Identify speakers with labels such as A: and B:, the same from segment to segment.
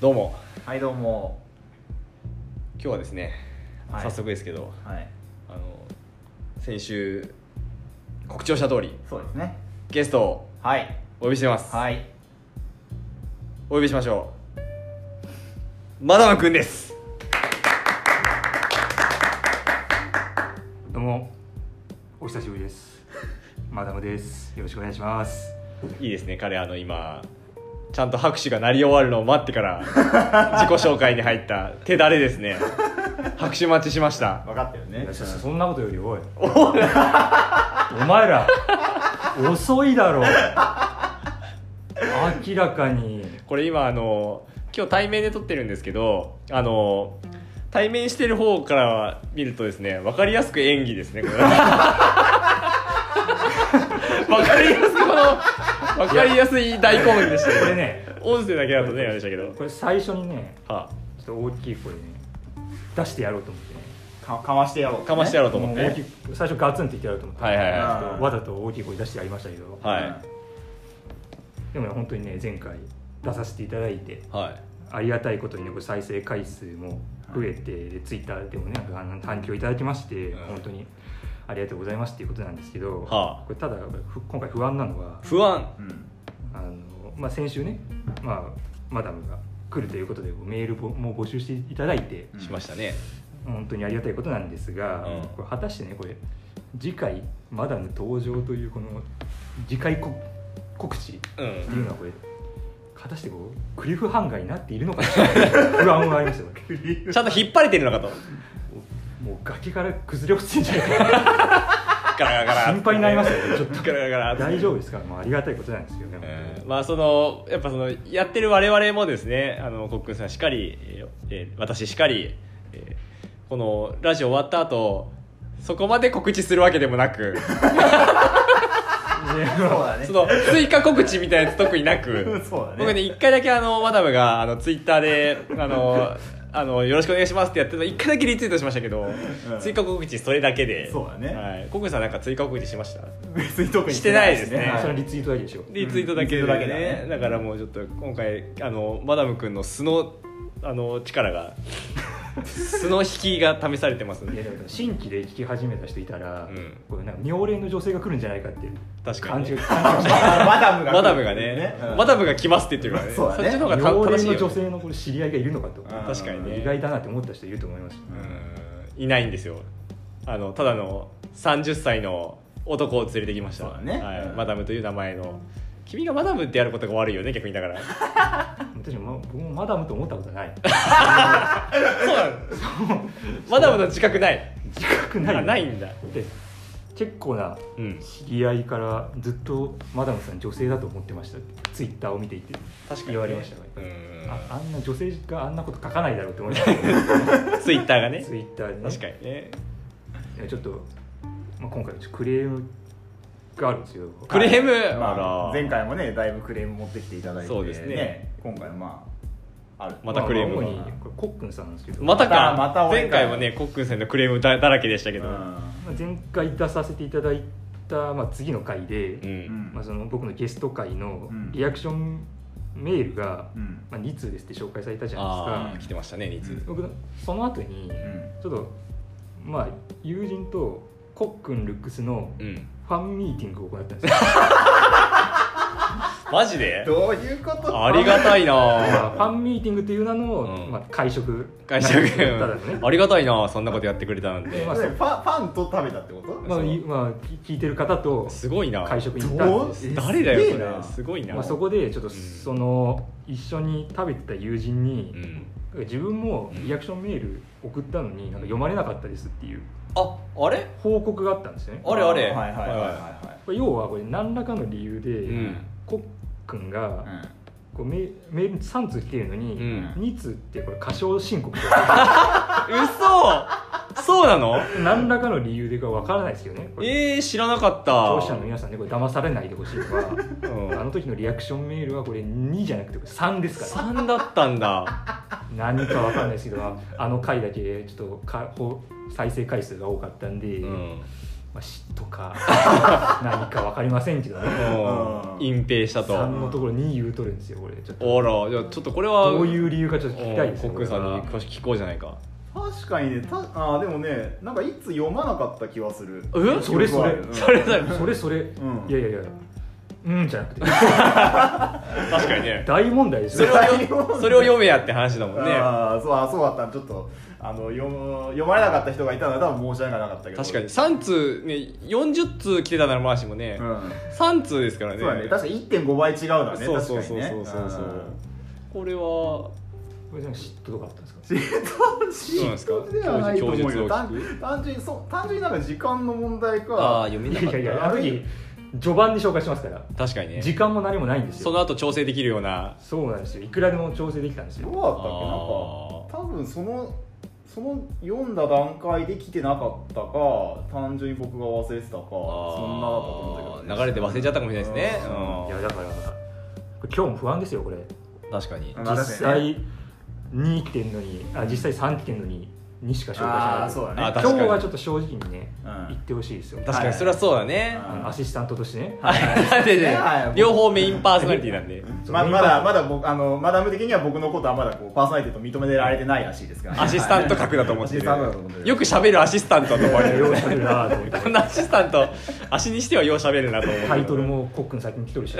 A: どうも
B: はいどうも
A: 今日はですね、
B: はい
A: 早速ですけど
B: はい
A: あの先週告知をした通り
B: そうですね
A: ゲストを
B: はい
A: お呼びしてます、
B: はい
A: お呼びしましょうマダムくんです
C: どうも、お久しぶりです。マダムです。よろしくお願いします。
A: いいですね彼あの今ちゃんと拍手が鳴り終わるのを待ってから自己紹介に入った手だれですね拍手待ちしました
B: 分かったよね
C: そそんなことよりおい。お前ら、遅いだろ。明らかに。
A: これ今あの今日対面で撮ってるんですけどあの対面してる方から見るとですね分かりやすく演技ですねこ れ分かりやすくこの分かりやすい大攻撃でした
C: これ
A: ね
C: ね、
A: 音声だけだとねあれでしたけど
C: これ最初にね、
A: は
C: ちょっと大きい声でね、出してやろうと思ってね。
B: かかましてやろう
A: あ、かましてやろう
C: も
A: と思っ
C: う
A: て
C: 大きい最初ガツンって言ってやろうと思って、
A: はいはいはい
C: ちょっとわざと大きい声出してやりましたけど、
A: はい
C: でもね、本当にね、前回出させていただいて、
A: はい
C: ありがたいことにねこれ再生回数も増えて、でツイッターでもねあの反響いただきまして、
A: うん
C: 本当にありがとうございますっていうことなんですけど、
A: はあ
C: これただふ今回不安なのは
A: 不安
B: うん
C: あの、まあ、先週ね、まあ、マダムが来るということでメールももう募集していただいて、
A: しましたね、
C: 本当にありがたいことなんですが、
A: うん
C: これ果たしてねこれ次回マダム登場というこの次回こ告知
A: うん
C: っていうのはこれ、果たしてこうクリフハンガーになっているのかという不安はありましたよこれ
A: ちゃんと引っ張れてるのかと
C: もう崖から崩れ落ちてんじゃないか
A: ガラガラガラ
C: 心配になりますよねちょっと
A: ガラガラガラ
C: 大丈夫ですからもうありがたいことなんですよね、
A: えーまあそのやっぱそのやってる我々もですねあのコックンさんしかり、えーえー私しかり、えーこのラジオ終わった後そこまで告知するわけでもな く
B: そうだね
A: その追加告知みたいなやつ特になく
B: そうだね
A: 僕ね一回だけあのマダムがあのツイッターであのあのよろしくお願いしますってやってたの一回だけリツイートしましたけど、
B: うん
A: 追加告知それだけで
B: そうだね
A: はい、コックンさんなんか追加告知しました
B: 別に特に
A: してないですね
C: まあそ
B: は
C: れ
B: い
C: はリツイートだけでしょう
A: リツイートだけで、
B: リツイートだけだ
A: ね
B: ね
A: だからもうちょっと今回あのマダム君の素のあの力が素の引きが試されてますん
C: いや
A: で
C: でも新規で聞き始めた人いたら、
A: うん
C: これなんか妙齢の女性が来るんじゃないかっていう
A: 確か
C: 感
A: に
C: じ
A: ね
C: が感じがし
B: あマダムが
A: マダムがね、
B: うん
A: マダムが来ますって言ってるからね
B: そうだね
A: っちの方が
C: た妙
A: 正
C: 齢
A: しい
C: の
A: よ
C: 女
A: ね、
C: 性のこれ知り合いがいるのかと
B: うん
A: 確かにね
C: 意外だなって思った人いると思います
A: うんいないんですよあのただの30歳の男を連れてきました
B: そうだね
A: はい
B: うん
A: マダムという名前の君がマダムってやることが悪いよね逆にだから
C: 私も僕もマダムと思ったことない
A: そうなの マダムの自覚ない
C: 自覚ない
A: あないんだ
C: で結構な
A: うん
C: 知り合いからずっとマダムさん女性だと思ってましたってツイッターを見ていて
A: 確かにね
C: 言われましたか
A: う
C: ら、
A: ん
C: ああんな女性があんなこと書かないだろうって思いましたけど
A: ツイッターがね
C: ツイッターで、ね、
A: 確かにね
C: いやちょっと、まあ、今回ちょっとクレームがあるんですよ
A: クレーム
B: まあ
A: あら
B: 前回もねだいぶクレーム持ってきていただいて
A: そうですね
B: 今回まあある
A: またクレームが
C: まあ主にこれコックンさんなんですけど、
A: またか
B: また俺
A: 前
B: か
A: 回もねコックンさんのクレームだだらけでしたけどうん、
C: まあ前回出させていただいた、まあ、次の回で、
B: うん
C: まあ、その僕のゲスト回の
B: うん
C: リアクションメールが、
B: うん
C: まあ、2通ですって紹介されたじゃない
A: あ
C: です
A: あ
C: か
A: 来てましたね2通
C: 僕その後に、
B: うん
C: ちょっとまあ友人とコックンルックスの
A: うん
C: ファンミーティングを行った んですよ
A: マジで
B: どういうこと
A: ありがたい
C: まあ
A: な
C: ファンミーティングという名の、
A: うん
C: まあ、会食
A: 会社
C: ただのね
A: ありがたいなそんなことやってくれたなんて
C: まあ
B: それパパンと食べたってこと
C: まあ、いまあ、聞いてる方と
A: すごいな
C: 会食に行ったんです
B: どう
A: 誰だよ
B: すげえ
A: そ
B: な
A: れすごいな
C: まあ、そこでちょっとその、一緒に食べてた友人に
A: う、ん
C: 自分もリアクションメール送ったのになんか読まれなかったですっていう
A: ああれ
C: 報告があったんですよね
A: あれあれ
B: はいはいはいはいはい
C: これ要はこれ何らかの理由で、
A: うん
C: コックンがこうメメール3通来てるの
A: う
C: に、
A: ん
C: 2通ってこれ過小申告で
A: 嘘そうなの
C: 何らかの理由でかわからないですけどねこれ
A: えー知らなかった
C: 消費者の皆さんねこれ騙されないでほしいのは
A: うん
C: あの時のリアクションメールはこれ2じゃなくてこれ3ですから
A: 3だったんだ
C: 何かわかんないですけどあの回だけちょっとかほ再生回数が多かったんで、
A: うん
C: まあ、嫉妬か 何か分かりませんけどね
A: うん
B: うん
A: 隠蔽したと
C: 3
A: あ
C: のところ2言うとるんですよこれちょっと
A: らじゃあちょっとこれは
C: どういう理由かちょっと聞きたいですね
A: コックンさんに
C: こ
A: 詳しく聞こうじゃないか
B: 確かにねたあーでもねなんかいつ読まなかった気はする
A: え
C: それそれ
B: うん
A: それだ
C: れはそれそれ、
B: ん
C: いやいやいやうんじゃなくて
A: 確かにね
C: 大問題です
A: それ
C: よ
A: を 読それを読めやって話だもんね
B: あーそうあそうだったちょっとあの読む読まれなかった人がいたのは多分申し訳なかったけど
A: 確かに3通ね40通来てたならまわしもね、
B: うん
A: 三3通ですからね
B: そうだね確かに1.5倍違うだね
A: そう
B: 確
A: そ
B: か
A: う
B: に
A: そう
B: ね
A: そうそうそうこれは
C: これなんか嫉妬とかあったんですか
B: うん
A: どうなんですか
B: 嫉妬ではないと思う
A: 供述
B: よ
A: を
B: 単
A: 聞く
B: 単純にそう単純になんか時間の問題
A: ああ
B: か
A: 読め
C: い
A: なかっ
C: やい
A: た
C: やいやあの時序盤に紹介してますから
A: 確かにね
C: 時間も何もないんです
A: そ
C: よ
A: の後調整できるような
C: そうなんですよいくらでも調整できたんです
B: どう
C: よ
B: だったっけなんか多分そのその読んだ段階で来てなかったか単純に僕が忘れてたかそんなだったと思うんだけどね、
A: 流れて忘れちゃったかもしれないですね
B: うん
A: うん
C: いやだからこれ今日も不安ですよこれ
A: 確かに
B: うん
C: 実際2来てんのにあ実際3来てんのに2しか紹介し
B: あ
C: なか
B: あ
C: った
B: そうだね
A: あ
C: 今
A: 確かに
C: 日はちょっと正直にね、
B: うん
C: 言ってほしいですよ
A: 確かにそれはそうだね
B: は
C: あのアシスタントとしてね、
A: だ ってね
B: はいはい
A: 両方メインパーソナリティなんで
B: ままだまだ僕あのマダム的には僕のことはまだこうパーソナリティと認められてないらしいですから、
A: アシスタント格だと思ってる
B: アシスタントだと思ってる
A: よく喋るアシスタントと思われ
C: よう
A: る
C: しゃべるなと 思って
A: このアシスタント足にしてはよう喋るなと思う
C: タイトルもコックン先に来とるし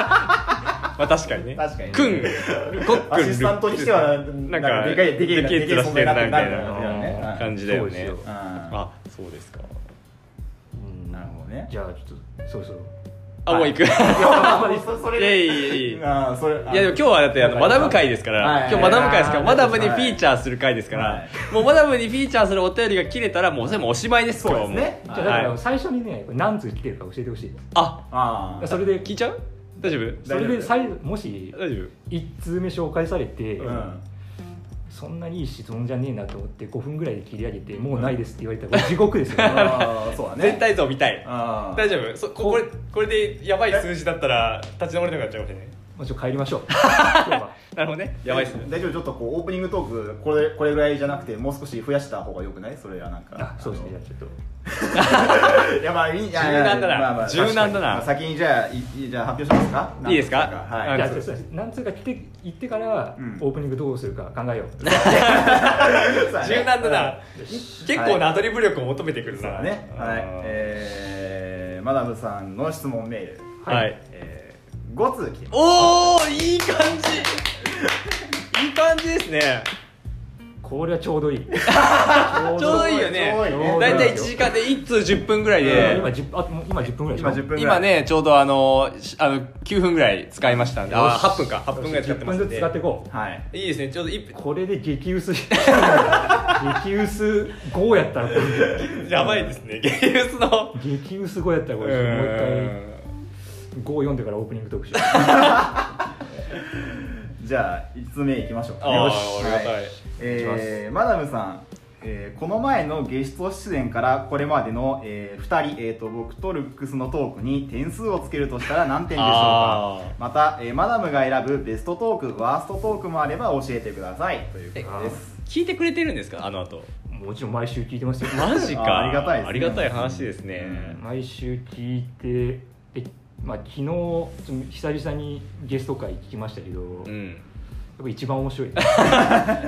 A: まあ確かにね
B: 確かにね
A: くんごっくん
B: アシスタントにしては
A: な
B: なんん
A: か
B: かでかいでけえ
A: でけえ面してるなみたいな
B: でけえ存在になってるなみたいなね
A: 感じだよ
C: そうです
A: ね
C: よ
B: あ
A: あそうですか
C: うん
B: なるほどね
C: じゃあちょっとそろそろ
A: あもう行くい
B: そそれ
A: やい
B: で
A: やいやいや
B: あーそれい
A: いやでも今日はだってあのマダム会ですか
B: はい
A: ら
B: はい
A: 今日マダム会ですから
B: あー
A: マダムにフィーチャーする会ですか
B: は
A: ら
B: い
A: もうマダムにフィーチャーするお便りが切れたらもうそれもおしまいです
B: そう
A: 今日
B: です
A: も
B: ね
C: じゃあだか
A: は
C: ら最初にねこれ何通来てるか教えてほしいです
A: あ
B: あー
C: それで
A: 聞いちゃう大丈夫
C: それで最後もし
A: 大丈夫
C: 1通目紹介されて、
B: うん
C: そんなにいい質問じゃねえなと思って5分ぐらいで切り上げてもうないですって言われたらこれ地獄です よね
B: あーそうだね
A: 全体像見たい
B: あー
A: 大丈夫そここれこれでやばい数字だったら立ち直れなくなっちゃうわけね
C: もうちょっと帰 りましょう今日は
A: なるほどねやばいっすね
B: 大丈夫ちょっとこうオープニングトークこれこれぐらいじゃなくてもう少し増やした方がよくないそれはなんか
C: あそうですね
B: あ
C: じゃ
B: の
C: あちょっと
B: いやまあいいいや
A: 柔軟だな
B: まあまあ
A: 柔軟だな
B: 確かにまあ先にじゃあいいじゃあ発表しますか
A: いいですか
B: はい
A: あ
C: じゃあ
A: そう
C: そうです何通か来て行ってから
B: うん
C: オープニングどうするか考えよう、
A: 柔軟だな結構なアドリブ力を求めてくる
B: そう
A: な
B: だねはい
A: え
B: えーマダムさんの質問メール
A: ーはい
B: えー5通来てます
A: おおいい感じいい感じですね
C: これはちょう どいいちょ
A: ちょうどいいよ
B: ちょうどいい
A: ね
B: ね
A: 大体1時間で1通10分ぐらいで
C: 今10あもう今10分ぐらいでし
B: 今
C: ょ
B: 10分ぐらい
A: 今ねちょうどあのしあの9分ぐらい使いましたんであ8分か8分ぐらい使ってますん
C: 10分ず
A: で
C: つ使っていこう
B: はい
A: いいですねちょうど1
C: これで 激薄激薄5やったらこれ
A: 分やばいですねゲースの
C: 激薄5やったら
A: う
C: これもう一回
A: ん
C: 5読んでからオープニングトークしよ
B: じゃあ5つ目いきましょうか
A: あー
B: よ
A: ありがたい
B: えーマダムさんえーこの前のゲスト出演からこれまでの、え2人、えー、と僕とルックスのトークに点数をつけるとしたら何点でしょう
A: あ
B: かまた、えーマダムが選ぶベストトークワーストトークもあれば教えてくださいということです
A: 聞いてくれてるんですかあの 後
C: う もちろん毎週聞いてますよ
A: マジか
B: あありがたいですね
A: ありがたい話ですね
C: 毎週聞いてで、まあ、昨日ちょっと久々にゲスト会聞きましたけど、
A: う
C: やっ
A: ん
C: ぱ一番面白い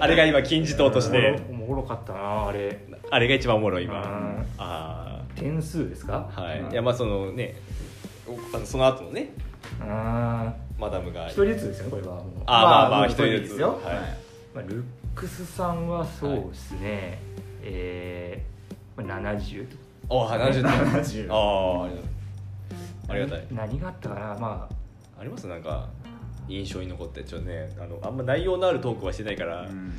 A: あれが今金字塔として
C: おもろおもろかったなあれ
A: あれが一番おもろい今
C: うん
A: あ
C: 点数ですか
A: あはい、
B: うん
A: いやまあそのねおあのその後のね
C: あ
A: マダムが
C: ー一人ずつですよねこれはもう
A: あまあまあ
B: もう
A: 一人ずつ
B: ですよ、
A: はい
C: まあ、ルックスさんはそうですね、えーまあ、70と
A: お70点
B: 70
A: ああありがたいありがたい
C: 何何があったかなま
A: ありますなんか印象に残ってちょっとねあのあんま内容のあるトークはしてないから、
B: うん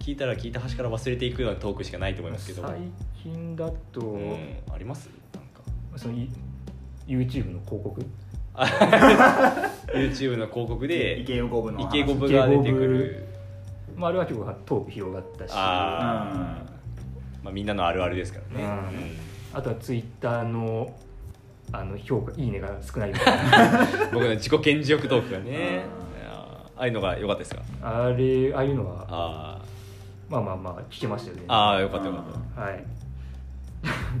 A: 聞いたら聞いた端から忘れていくようなトークしかないと思い
C: あ
A: ますけど
C: 最近だと、
A: うん、ありますなんか
C: そのい YouTube の広告
A: YouTube の広告で
B: 池江五分の
A: 池五分が出てく
C: 池五
A: る
C: まあ、あれは結構トーク広がったしあ
A: あー、まあみんなのあるあるですからね、
C: うん
A: うん
C: とはツイッターのあの評価いいねが少ないみたいな
A: 僕の自己顕示欲トークがね
B: うん
A: いやーああいうのが良かったですか
C: あれああいうのは
A: あ
C: まあまあまあ聞けましたよね
A: ーあーよかったよかっ
B: うん
C: はい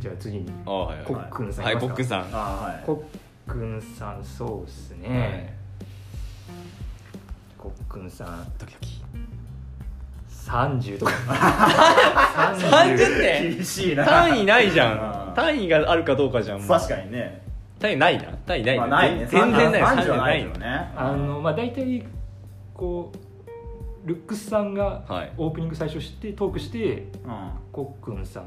C: じゃあ次に
A: あはい
C: コ
A: は
C: ックン
A: い
C: さん
A: はい
C: きます
A: コッ
C: か
A: クンさん
B: あーはい
C: コックンさんそうですね、コックンさん
A: ドキドキ
C: 30とか
A: 30って
B: 厳しいな
A: 単位ないじ
B: う
A: ゃ
B: ん
A: ん単位があるかどうかじゃんもう
B: 確かにね
A: 単位ないな単位ない
B: まあないね
A: 全全然ない
B: 30
A: 30
B: はないけ
A: の
B: どね
C: あのまあ大体こうルックスさん
A: は
C: が
A: い
C: オープニング最初してトークして
B: うん
C: コックンさん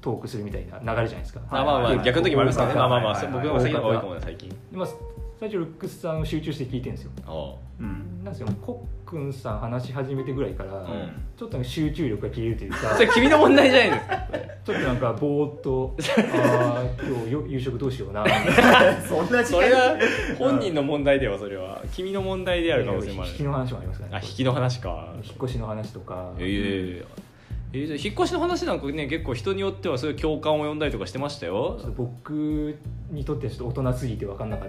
C: トークするみたいな流れじゃないですか、
A: あまあま
B: は
A: あ
B: いはい
A: 逆の時もありますからねまあまあま
B: はい
A: あ
B: はい
A: 僕の方が先の方が多いと思うよ最近
C: でまあ最初ルックスさんを集中して聞いてるんですよ
A: あ
B: うん
C: なんですよコックンさん話し始めてぐらいから、
A: ん
C: ちょっとなんか集中力が切れるという
A: あ
C: か
A: それ君の問題じゃないですか
C: ちょっとなんかぼーっとあー今日よ夕食どうしようなみたいな
B: そんな時
A: それ は
B: 間
A: 本人の問題ではそれは君の問題である可能性もあ
C: 引き
A: る
C: の話もありますから
A: あ
C: ね
A: 引きの話か
C: 引っ越しの話とか
A: えええじゃあ引っ越しの話なんかね結構人によってはそういう共感を呼んだりとかしてましたよ
C: ちょっと僕にとってはちょっと大人すぎて分かんなかっ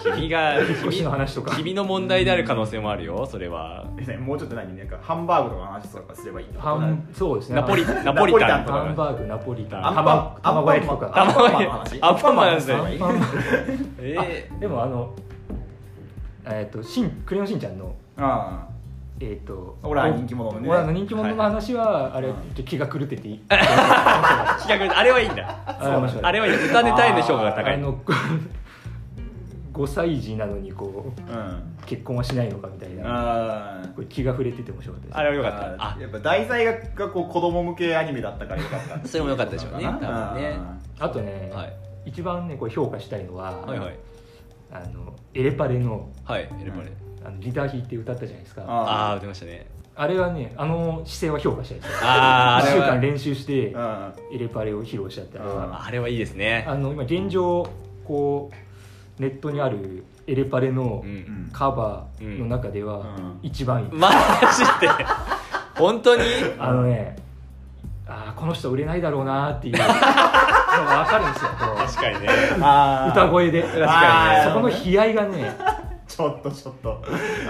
C: た
A: 君が
C: 引っ越し
A: 君
C: の話とか
A: 君の問題である可能性もあるよそれは
B: えもうちょっと何なんかハンバーグとかの話とかすればいいの
C: ハンそうですね
A: ナポリ
C: ハ
A: ナポリタンと
C: ン
A: か
C: バーグナポリタン
A: ア
B: ン
C: 卵
B: アン
C: 卵焼きと
B: アン
C: か
B: パンマンの話
A: アンパンマンの話
B: アンパンマンの話
C: アンパン
A: え
C: でもあのえっとしんクレヨンしんちゃんの
B: うん
C: えっと
B: オラ人気者のね
C: オラの人気者の話はあれ
B: うん
C: 気が狂っててい い
A: えー、企画あれはいいんだ
C: あ面白い
A: あれはいいんだ歌ネタへの評価が高
C: あ
A: い
C: の こう5歳児なのにこう
B: うん
C: 結婚はしないのかみたいな
B: あー
C: これ気が触れてて面白かったです
A: あれはよかった
B: あ
A: あ
B: ーやっぱ題材ががこう子供向けアニメだったからよかった
A: それも良かったでしょうね
B: なのか
A: 多分ね
B: な
C: あとね、
A: はい
C: 一番ねこれ評価したいのは、
A: はいはい
C: あのエレパレの
A: はい選ばれ
C: あのギター弾いて歌ったじゃないですかあ
B: あ
A: ああ出ましたね
C: れはねあの姿勢は評価したいです
A: ああ
C: 1
A: あ
C: 週
A: れ
C: 間
A: は
C: 練習して
B: うん
C: エレパレを披露しちゃったら
B: あ
A: あれはいいですね
C: あの今現状こうネットにあるエレパレの
A: うん
C: カバーの中では
B: うん
C: 一番いい、
A: マジで本当に
C: あのねあーこの人売れないだろうなーっていうのが分かるんですよこ
A: 確かに ね
B: あ
C: う
B: ー
C: 歌声で
A: 確かにね
C: そこの悲哀がね
B: ちょっとちょっと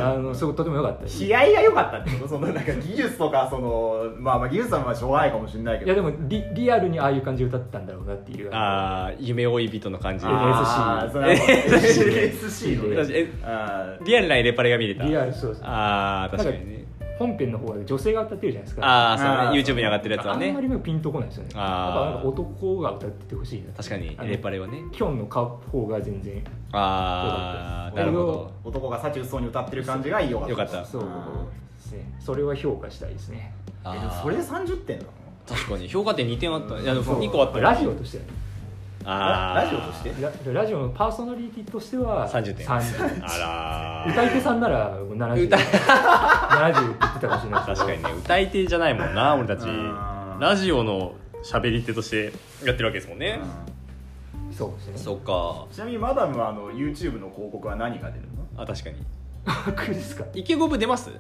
C: あのすごいとても良かったです
B: 気合が良かったってことそのなんか技術とかそのまあまあ技術はまあしょうがないかもしれないけど
C: いやでもリリアルにああいう感じで歌ったんだろうなっていう
A: ああ夢追い人の感じ
B: あー
C: LSC
B: それはもう
C: LSC
B: LSC のね
A: 私え
B: あー
A: リアルなエレパレが見れた
C: リアルそうです
A: ああ確かにね
C: 本編の方は女性が歌ってるじゃないですか
A: ああそう
B: あ
A: ね
B: ー
A: YouTube に上がってるやつは
C: あんま
A: ね
C: りピンとこないですよねやっ
A: あー
C: ぱなんか男が歌っててほしいな
A: 確かに
C: あ
A: エ
C: の
A: レパレはね
C: キョンの方が全然
A: ああなるほ
B: 男が幸うそうに歌ってる感じが良かった
A: よかった
C: そうですねそれは評価したいですね
A: ど
B: えでもそれで30点なの
A: 確かに評価点2点あったいやで
B: そう
A: も2個あったよ
C: ラジオとしてはね
A: あー
B: ラジオとして
C: ララジオのパーソナリティとしては
A: 30点
C: 30点
A: あら
C: 歌い手さんならもう70
A: 歌い
C: 70って言ってたかもしれないで
A: 確
C: す
A: か
C: け
A: にね歌い手じゃないもんな俺たち
B: うん
A: ラジオの喋り手としてやってるわけですもんね
B: うん
C: どそうですね
A: そうか
B: ちなみにマダムはあの YouTube の広告は何が出るの
A: あ確かに
C: 僕ですか
A: 池ゴブ出ます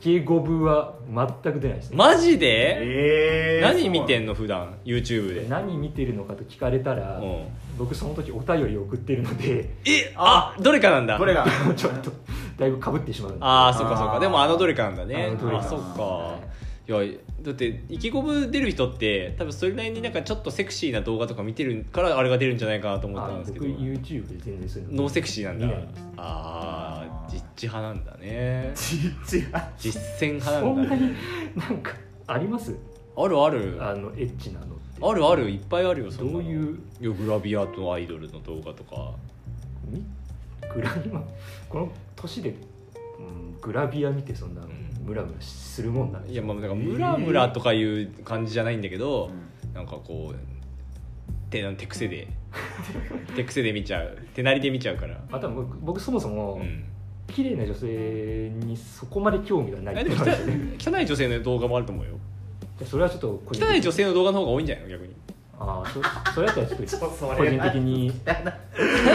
C: K5 分は全く出ないですね
A: マジで
B: ええ
A: 何見て
B: の
A: んの普段 YouTube で
C: 何見てるのかと聞かれたら
A: うん
C: 僕その時お便りを送ってるので
A: えあどれかなんだ
B: どれが
C: ちょっとだいぶかぶってしまうんで
A: ああそっかそっ
B: あー
A: かでもあのどれかなんだね
C: あのどれか
A: あそっかいやだって意気込む出る人って多分それなりになんかちょっとセクシーな動画とか見てるからあれが出るんじゃないかなと思った
C: あ
A: んですけ
C: 僕
A: ど
C: YouTube で全然そういうの
A: ノーセクシーなんだ
C: 見ないです
A: ああ実地派なんだね
B: ちっちゃ
A: 実践派
C: そ
A: なんん
C: な
A: だ
C: に
A: ね
C: なんかあります
A: あるある
C: あのエッチなのって
A: あるあるいっぱいあるよそんなの
C: どういう
A: やグラビアとアイドルの動画とか
C: みグラ今この年で、うん、グラビア見てそんな
A: うん
C: ムラムラするもんなんです
A: いやまあなんかムラムラとかいう感じじゃないんだけど、なんかこう手なん手癖で手癖で見ちゃう手なりで見ちゃうから、
C: あとは僕僕そもそも、
A: うん、
C: 綺麗な女性にそこまで興味がない
A: え
C: っ
A: で
C: て
A: も
C: 話
A: 汚
C: ですよね
A: い汚い女性の動画もあると思うよ
C: じゃあそれはちょっと個人
A: 汚
C: 的
A: い
C: に
A: 女性の動画の方が多いんじゃないの逆に
C: ああそそれだったらちょっと
B: ちょそれは
C: 個人的に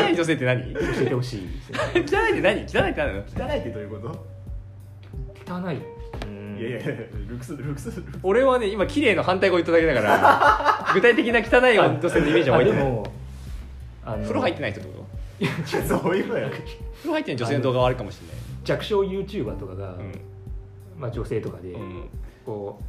A: 汚い女性って 何汚
C: 教えてほしいですね
A: いって何汚いって何なの
B: 汚いってどういうこと、
C: 汚いうん
B: いやいやいやルクスルクスルクス
A: 俺はね今綺麗の反対語言っただけだから 具体的な汚い女性のイメージは
C: あ
A: 湧い
C: で
A: てない
C: もあの
A: 風呂入ってない人ってこと
B: そういうのや
A: 風呂入ってない女性の動画はあるかもし
C: 弱小 YouTuber とかが、
A: れない
C: まあ、女性とかで、
A: うん、うん、
C: こう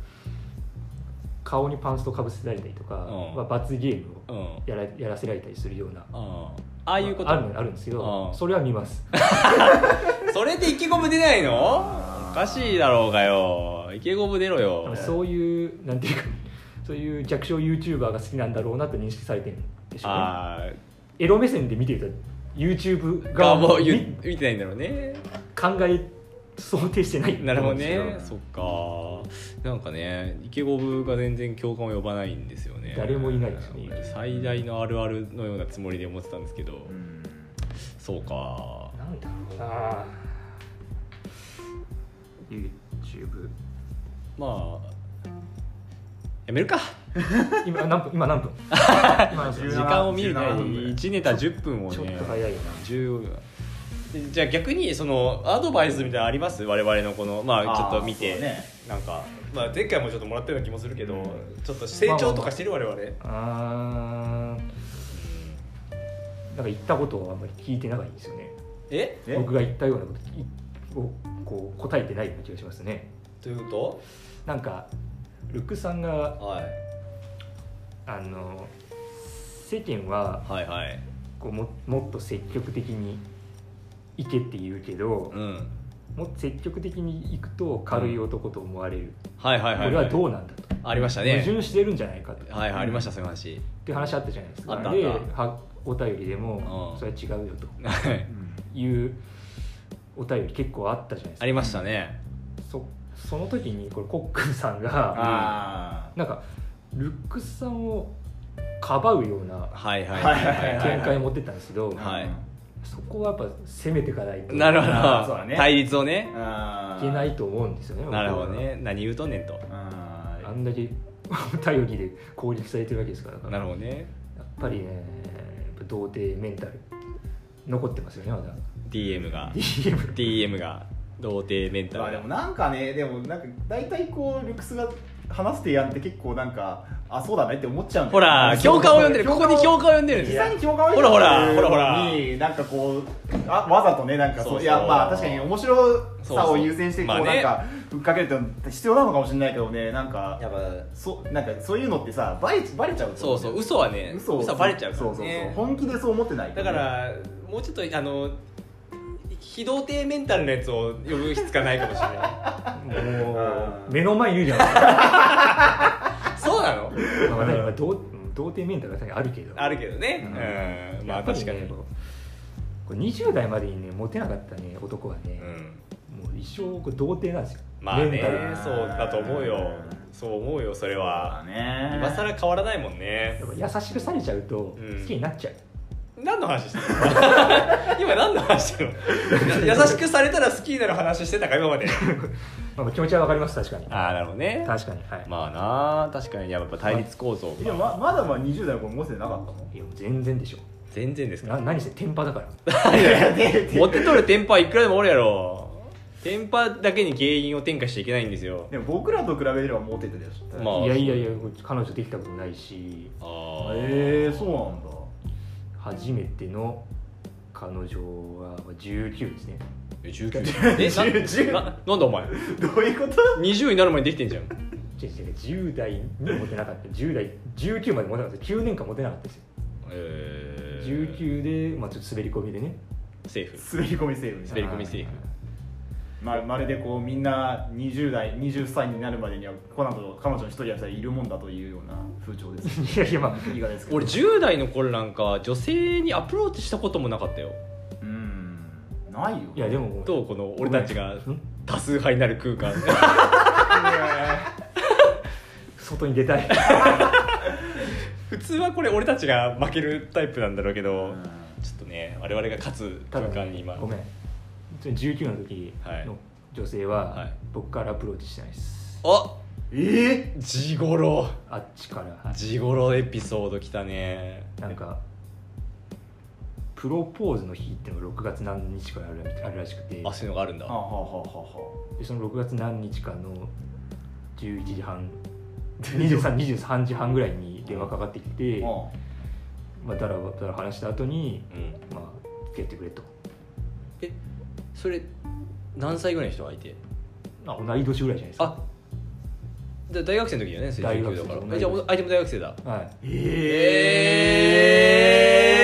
C: 顔にパンストかぶせられたりとか、
A: うん
C: まあ、罰ゲームを
A: うん
C: やらやらせられたりするような
A: ああいうこと
C: あるあるんですけど、
A: うん
C: それは見ます
A: それで意気込む出ないのおかしいだろうがよ意気込む出ろ
C: 多
A: よ
C: 分そういうなんていうかそういう弱小 YouTuber が好きなんだろうなと認識されてるんでしょうね
A: あ
C: エロ目線で見てると YouTube
A: あが
C: 側
A: も
C: も
A: う
C: み
A: 言見てないんだろうね
C: 考え想定してない
A: なるほど
C: と思うん
A: ね
C: です
A: そっかなんかねイケゴブが全然共感を呼ばないんですよね
C: 誰もいないですね
A: 最大のあるあるのようなつもりで思ってたんですけど、
B: うん
A: そうか
C: けどなんだろうな
B: YouTube
A: まあやめるか
C: 今何分今何分 今何
A: 時
C: 分
B: 17
A: 間を見る前
B: 17分ぐらい
A: に1ネタ10分をね
C: ちょっと早いな
A: 15秒でじゃあ逆にそのアドバイスみたいなのあります我々のこのまあ
B: あー
A: ちょっと見て、
B: そうね
A: なんか、まあ、前回もちょっともらったような気もするけど、ちょっと成長とかしてる我々、
C: あーなんか言ったことをあんまり聞いてないんですよね
A: え
B: え
C: 僕が言ったようなことをこう答えてないような気がしますね
A: というこ
C: なんかルックさんが
A: と、はい、
C: あの世間は
A: はいはい
C: こうももっと積極的に行けって言うけど、
A: うん
C: もっと積極的に行くと軽い男と思われる、
A: はいはいはい
C: これはど
A: う
C: うなんだと、
A: ありました
C: 矛
A: ね
C: 盾してるんじゃないかと、
A: はいはいありました
C: っ
A: そういう話
C: ていう話あったじゃないですか
A: あったあった
C: ではお便りでも、
A: うん
C: それは違うよと
B: うん
C: いうお便り結構あったじゃないですか
A: ありましたね
C: そその時にこれコックンさんが
B: あ
C: なんかルックスさんをかばうような
A: はいはいはいはいはい
C: 見解を持ってったんですけど、
B: ー
A: はい
C: そこはやっぱ攻めていかないと
A: なるほ
B: あーそう
A: ど、
B: だね
A: 対立をね
B: あ
C: い
B: ー
C: けないと思うんですよね
A: なるほど
C: 僕は
A: ね何言うとんねんと
B: あ
C: あんだけ お便りで攻撃されてるわけですから
A: なるほどね
C: やっぱりねやっぱ童貞メンタル残ってますよねまだ
A: DM が
C: DM
A: DM が童貞メン
B: ー
A: タ
B: まあ
A: ル
B: で
A: が
B: もなんかねでもなんか大体こうルックスが話す提案って結構なんかあそうだねって思っちゃうんだ
A: ほ
B: よ
A: ら
B: ねそ
A: 教
B: う
A: 官を呼んでるここに教官を呼んでるんで
B: 実
A: す
B: 際に共感を
A: ほらほらほらほら
B: になんかこうあわざとねなんかそう
A: そうそう
B: いやまあ確かに面白さを優先してこ
A: そうそ
B: う
A: うまあ
B: なん
A: ね
B: かふっかけるって必要なのかもしれないけどねなんか
A: やっぱ
B: そうなんかそういうのってさバレバレちゃうと
A: そう
B: 思
A: そう
B: う
A: 嘘はね
B: 嘘を
A: 嘘はバレちゃうから
B: そうそうそう
A: ね
B: 本気でそう思ってないと
A: だ
B: ね
A: からもうちょっとあの非童貞メンタルのやつを呼ぶ必要がないかもしれな
C: も
B: あー
C: う目の前にい るじゃな い
A: いそうなの
C: ですか、まあ、だから童うん童貞メンタルは確かにあるけど
A: あるけどねうん、ま
C: や
A: あ
C: っぱり
A: 確
C: ね
A: かに、
C: こうこう20代までにねモテなかったね男はね
A: う、ん
C: もう一生こう童貞なんですよ
A: まあ
C: メンタル
A: ねそうだと思うよそう思うよそれは
B: そうだね
A: 今更変わらないもんね
C: やっぱ優しくされちゃうと好
A: うん
C: きになっちゃう、
A: 何の話してる の今何の話してるの優しくされたら好きになる話してたか今まで
C: まあまあ、気持ちはわかります確かに
A: ああなるほどね
C: 確かにはい、
A: まあなあ確かにやっぱ対立構造
B: えでもままだまだ20代はこれ持ってなかったの
C: いや全然でしょ
A: 全然ですか
C: な何せテンパだから
A: 持って取るテンパいくらでもおるやろテンパだけに原因を転嫁しちゃいけないんですよ
B: でも僕らと比べればモテてたでしょ
A: まあ
C: いやいやいや彼女できたことないし
A: あー
B: へえー、そうなんだ
C: 初めての彼女は19ですね
A: え19えなななんだお前
B: どういうこと
A: 20になる前にできてんじゃん
C: 違う違う10代にモテなかった10代19までモテなかった9年間モテなかったですよ
A: えー、
C: 19で、まあ、ちょっと滑り込みでね
A: セーフ
B: 滑り込みセーブみた
A: 滑
B: い
A: り
B: な
A: 込みセーフ
B: ままるでこうみんな20代20歳になるまでにはこの後彼女の一人や二人いるもんだというような風潮です
C: いやいやまあ
B: 言い方ですけど
A: 俺10代の頃なんか女性にアプローチしたこともなかったよ
B: うんないよ
C: いやでも
A: とこの俺たちが
C: ん
A: 多数派になる空 間
C: 外に出たい
A: 普通はこれ俺たちが負けるタイプなんだろうけ
B: う
A: ど
B: ん
A: ちょっとね我々が勝つ空間に今
C: ごめん19の時の女性
A: は
C: はい僕からアプローチしてないです、
A: あ
B: え
A: ジゴロ
C: あっちから、はい
A: ジゴロエピソードきたね
C: なんかプロポーズの日っていうのが6月何日からあるあるらしくて
A: あそういうのがあるんだ
B: ー、はあ、はあはあは
C: でその6月何日かの11時半 23, 23時半ぐらいに電話かかってきて、
B: あはあ
C: まあ、だらだら話した後に、
A: うん
C: まあ、付き合ってくれと
A: えそれ何歳ぐらいの人相手
C: あ同い年ぐらいじゃないですか
A: あだ大学生の時だよね
C: 大学生
A: 19だから
C: 大学生
A: えじゃあ相手も大学生だ
C: はい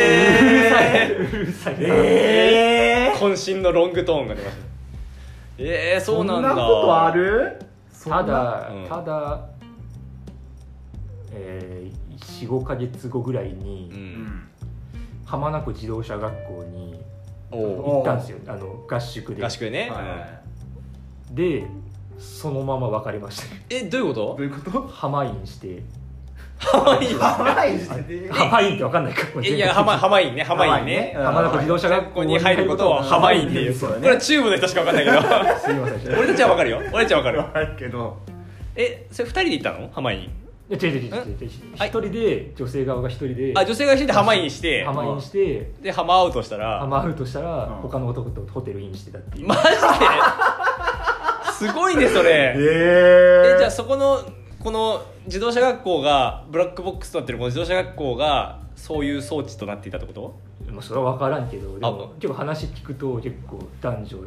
A: え
C: うるさ
A: え
C: いうるさい
B: えー
A: 渾身のロングトーンが出ましたえー、そうなんだ
B: そんなことあるそんな
C: ただ、
A: うん
C: ただ、えー、45か月後ぐらいに、
A: う
B: うんん
C: 浜名湖自動車学校に
A: おう
C: 行ったんですよあの合宿で
A: 合宿でね、
B: は
C: でそのまま別れまし た
A: うんえどういうこ
B: いどう
A: と
B: いうこと
C: ハマインして
A: ハマイン
B: 甘 い時点で
C: ハマインって分かんないかも
A: え いやハマハマインねハマインね
B: ハマインね
C: 浜名湖自動車
A: 学
C: 学
A: 校
C: 校
A: に入ることをハマインっていう
B: そうだね
A: これはチューブの人しか分かんないけ ど
C: すいません
A: 俺たちは分かるよ俺たちは分かる
B: わかるけど
A: えそれ2人で行ったのハマイン
C: いや違う違う違う違う違う一人で女性側が一人で
A: あ女性が一緒でハマインして
C: ハマインして
A: でハマアウトしたら
C: ハマアウトしたら
B: うん
C: 他の男とホテルインしてたっていう
A: マ ジですごいねそ
B: え
A: れえ
B: ー
A: じゃあそこのこの自動車学校がブラックボックスとなってるこの自動車学校がそういう装置となっていたってこと
C: まあそれは分からんけどで
A: あ
C: も結構話聞くと結構男女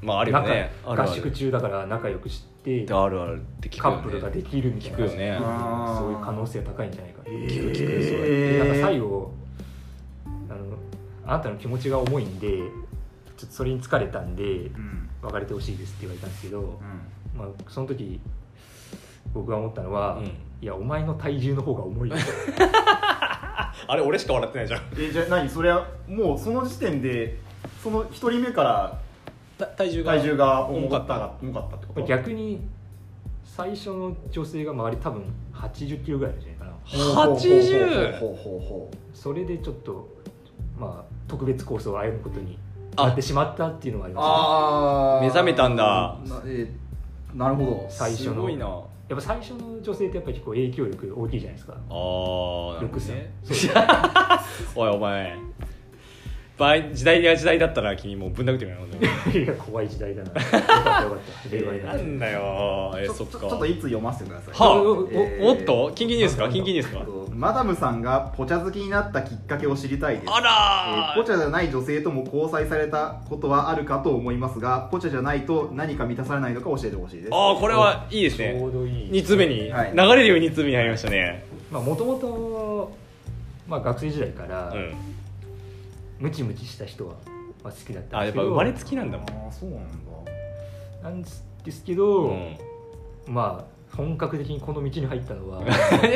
A: まああるよねある
C: 仲
A: ある
C: 合宿中だから仲良くして
A: あるあるって聞く
C: カ
A: よね
C: ップルができるみたいな
A: 聞くよね
C: うんそういう可能性が高いんじゃないか
B: 聞く聞くそれ
C: でなんか最後あのあなたの気持ちが重いんでちょっとそれに疲れたんで
B: うん
C: 別れてほしいですって言われたんですけど、
B: うん
C: まあ、その時僕が思ったのは、
A: うん
C: いやお前の体重の方が重い
A: あれ俺しか笑ってないじゃん
B: えじゃあ何それはもうその時点でその一人目から
A: た体重が
B: 体重が重
A: 重か
B: か
A: っ
B: ったた重かったってこと
C: 逆に最初の女性が周り多分80キロぐらいじゃないかな
A: 80
B: ほうほうほうほうほうほう
C: それでちょっとまあ特別コースを歩むことになってしまったっていうのがありま
B: あー
A: 目覚めたんだ
B: な,、えーなるほど
C: 最初の
A: すごいなあ
C: すねやっぱ最初の女性ってやっぱり結構影響力大きいじゃないですか
A: ーなる
C: ル
A: ほ
C: ッ
A: ど
C: クス
A: ね
C: そ
A: お
C: う
A: いお前場合時代が時代だったら君もうぶん殴ってみよ
C: いや怖い時代だ なよかったよかった令和にな
A: な
C: って
A: んだよえ
B: ちょ
A: そっか
B: ちょちょっといつ読ませてください
A: はあ、お
B: えー
A: おっと近畿ニュースか
C: なんだ
A: 近畿ニュースか
B: マダムさんがポチャ好きになったきっかけを知りたいです
A: あ
B: えー
A: ら
B: ポチャじゃない女性とも交際されたことはあるかと思いますがポチャじゃないと何か満たされないのか教えてほしいです
A: ああこれはいいです
C: ちょ
A: ね
C: うどいい
A: 2つ目に、
B: はい
A: 流れるように2つ目に入りましたね
C: まあもともとまあ学生時代から
A: うん
C: ムチムチした人はまあ好きだったん
A: あ
C: で
A: やっ
C: すけ
A: ぱ
C: ど
A: 生まれつきなんだもん
B: ああそうなんだ
C: なんですけど、
A: うん、
C: まあ本格的にこの道に入った のは
A: や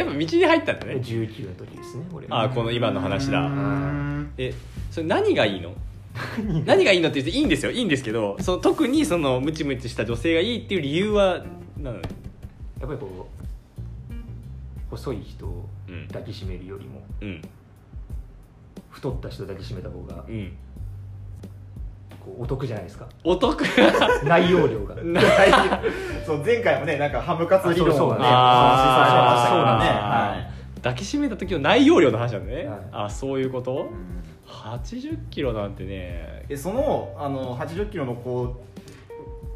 A: っぱ道に入ったんだね
C: 19の時ですね俺
A: あこの今の話だ
B: うーん
A: えそれ何がいいの何がいいのって言っていいんですよいいんですけどその特にそのムチムチした女性がいいっていう理由はなの
C: やっぱりこう細い人を
A: うん
C: 抱きしめるよりも
A: うん
C: 太った人を抱きしめた方が
A: うん
C: こうお得じゃないで すか
A: お得
C: 内容量が
B: そう前回もねなんかハムカツ理論をね
C: そうそう
A: あ
B: 話されてましたけどね
A: あ抱きしめた時の内容量の話なんだね、
C: はい
A: あそういうこと
B: はいうん
A: 80キロなんてね
B: えそのあの80キロの子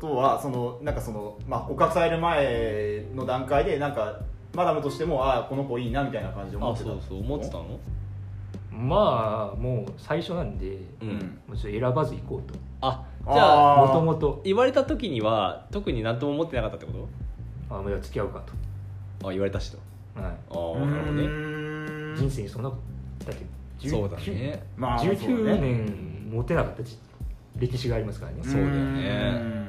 B: とはそのなんかその、まあ、告白される前の段階でなんかマダムとしてもああこの子いいなみたいな感じで思
A: あ
B: ってた
A: そうそう思ってたの
C: まあもう最初なんで
A: う
B: うんん
C: もうちょっと選ばず行こうと
A: あじゃあ
B: あー
C: もともと
A: 言われた時には特に何とも思ってなかったってこ
C: あもうじゃあ付き合うか
A: とあ言われたしと
C: と、は
A: あ
B: うー
A: あなるほどね
B: ん
C: い、人生にそんなだって19
A: そうだね
B: まあそう
C: 19
B: だね
C: 年持てなかったじ歴史がありますからね
A: そうだよね
B: うん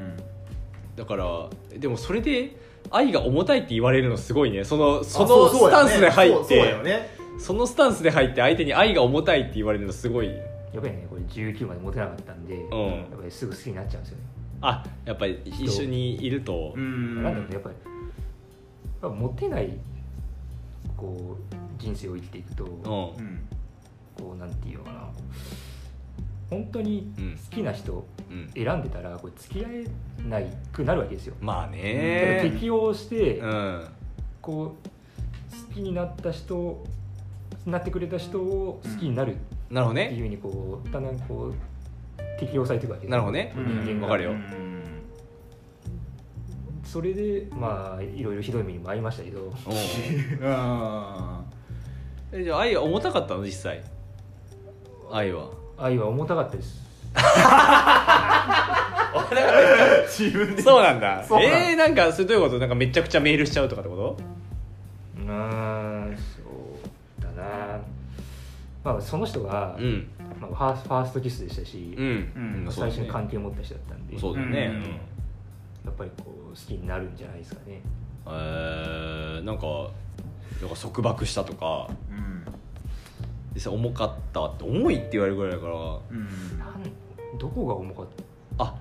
A: だからでもそれで愛が重たいって言われるのすごいねそのそ
B: あ
A: の
B: うそう
A: ス
B: だ
A: タ
B: よ
A: ンスで入っ
B: ねそうそうだ
A: て
B: よね
A: そのスタンスで入って相手に愛が重たいって言われるのすごい
C: やっぱりねこれ19までモテなかったんで、
A: ん
C: やっぱりすぐ好きになっちゃうんですよね、
A: あやっぱり一緒にいると
B: うん
C: なんだろうねやっぱりやっぱモテないこう人生を生きていくと、
A: う
C: こ
A: ん
B: うん
C: うなんていうのかな本当に
A: うん
C: 好きな人
A: うん
C: 選んでたらこれ付き合えないくなるわけですよ、
A: まあ
C: だから
A: ね
C: 適応して、
A: うん
C: こう好きになった人なってくれた人を好きになる
A: なるほど
C: ってい
A: ね
C: うふうにこうだんだんこう適応されていくわけです
A: なるほどね
C: 人間
A: わ
C: が
A: かる よ
B: うん
C: それでまあいろいろひどい目にも遭いましたけど
A: うん
B: うん
A: えじゃあ愛は重たかったの実際愛は
C: 愛は重たかったです
B: 自分で
A: そうなんだ
B: そうなん
A: えー、なんかそれどういうことなんかめちゃくちゃメールしちゃうとかってこと
C: うーんそうだなまあその人が、
A: うん
C: まあ、ファースファーストキスでしたし、
A: うん、
B: うん
C: 最初に
A: 感
C: 関係を持った人だったんで
A: そうだよね、
B: うん
A: うん
C: やっぱりこう好きになるんじゃないですかね
A: えー、なんかなんか束縛したとか
B: うん
A: 実際重かったって重いって言われるぐらいだから
B: うん
C: なんどこが重かった
A: あ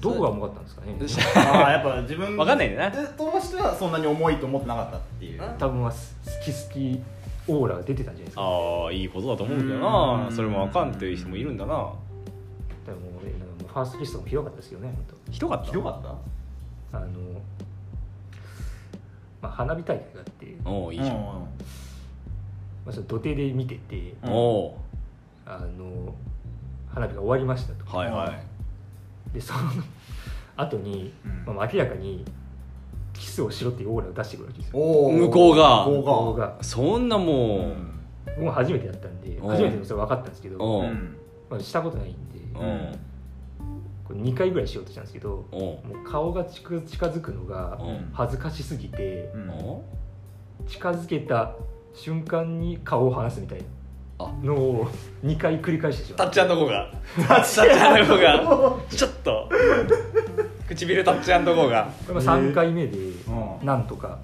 C: どこが
A: う
C: 重かったんですかね
B: ああやっぱ自分
A: わかんないねんな
B: としてはそんなに重いと思ってなかったっていう
C: 多分は好き好きオーラが出てたんじゃないですか
A: ああいいことだと思うけどな
B: うん
A: それもわかんっていう人もいるんだな
C: でも俺なんかもうファーストキスとかもひどかったですよね本
A: ひどかった
B: ひどかった
C: 当あの、まあ、花火大会があって、ま
A: おおいいじゃん、
C: あ、それ土手で見てて
B: うん
A: おお
C: あの花火が終わりましたと
A: はいは
C: でその後に、
B: うん
C: まあ、明らかにキスをしろっていうオーラを出してくるわけですよ
B: おー
A: 向こうが
B: 向
C: 動
B: こうが
C: 画
A: いそんな
B: う
A: も
B: ん
C: 僕も初めてやったんで
A: おう
C: 初めてのそれ分かったんですけど、
A: おう
B: うん
C: まあ、したことないんで
A: う
B: う
A: うんん
C: これ2回ぐらいしようとしたんですけど
A: おお
C: もう顔が近近づくのが
A: お
B: ん
C: 恥ずかしすぎて
B: うん
A: お
C: 近づけた瞬間に顔を離すみたいな
A: あ
C: のを2回繰り返してしま
A: た
C: っ
A: ってちゃんの子がたっちゃんの子がちょっと唇たっちゃんの子が
C: これ3回目で
B: うん
C: なんとか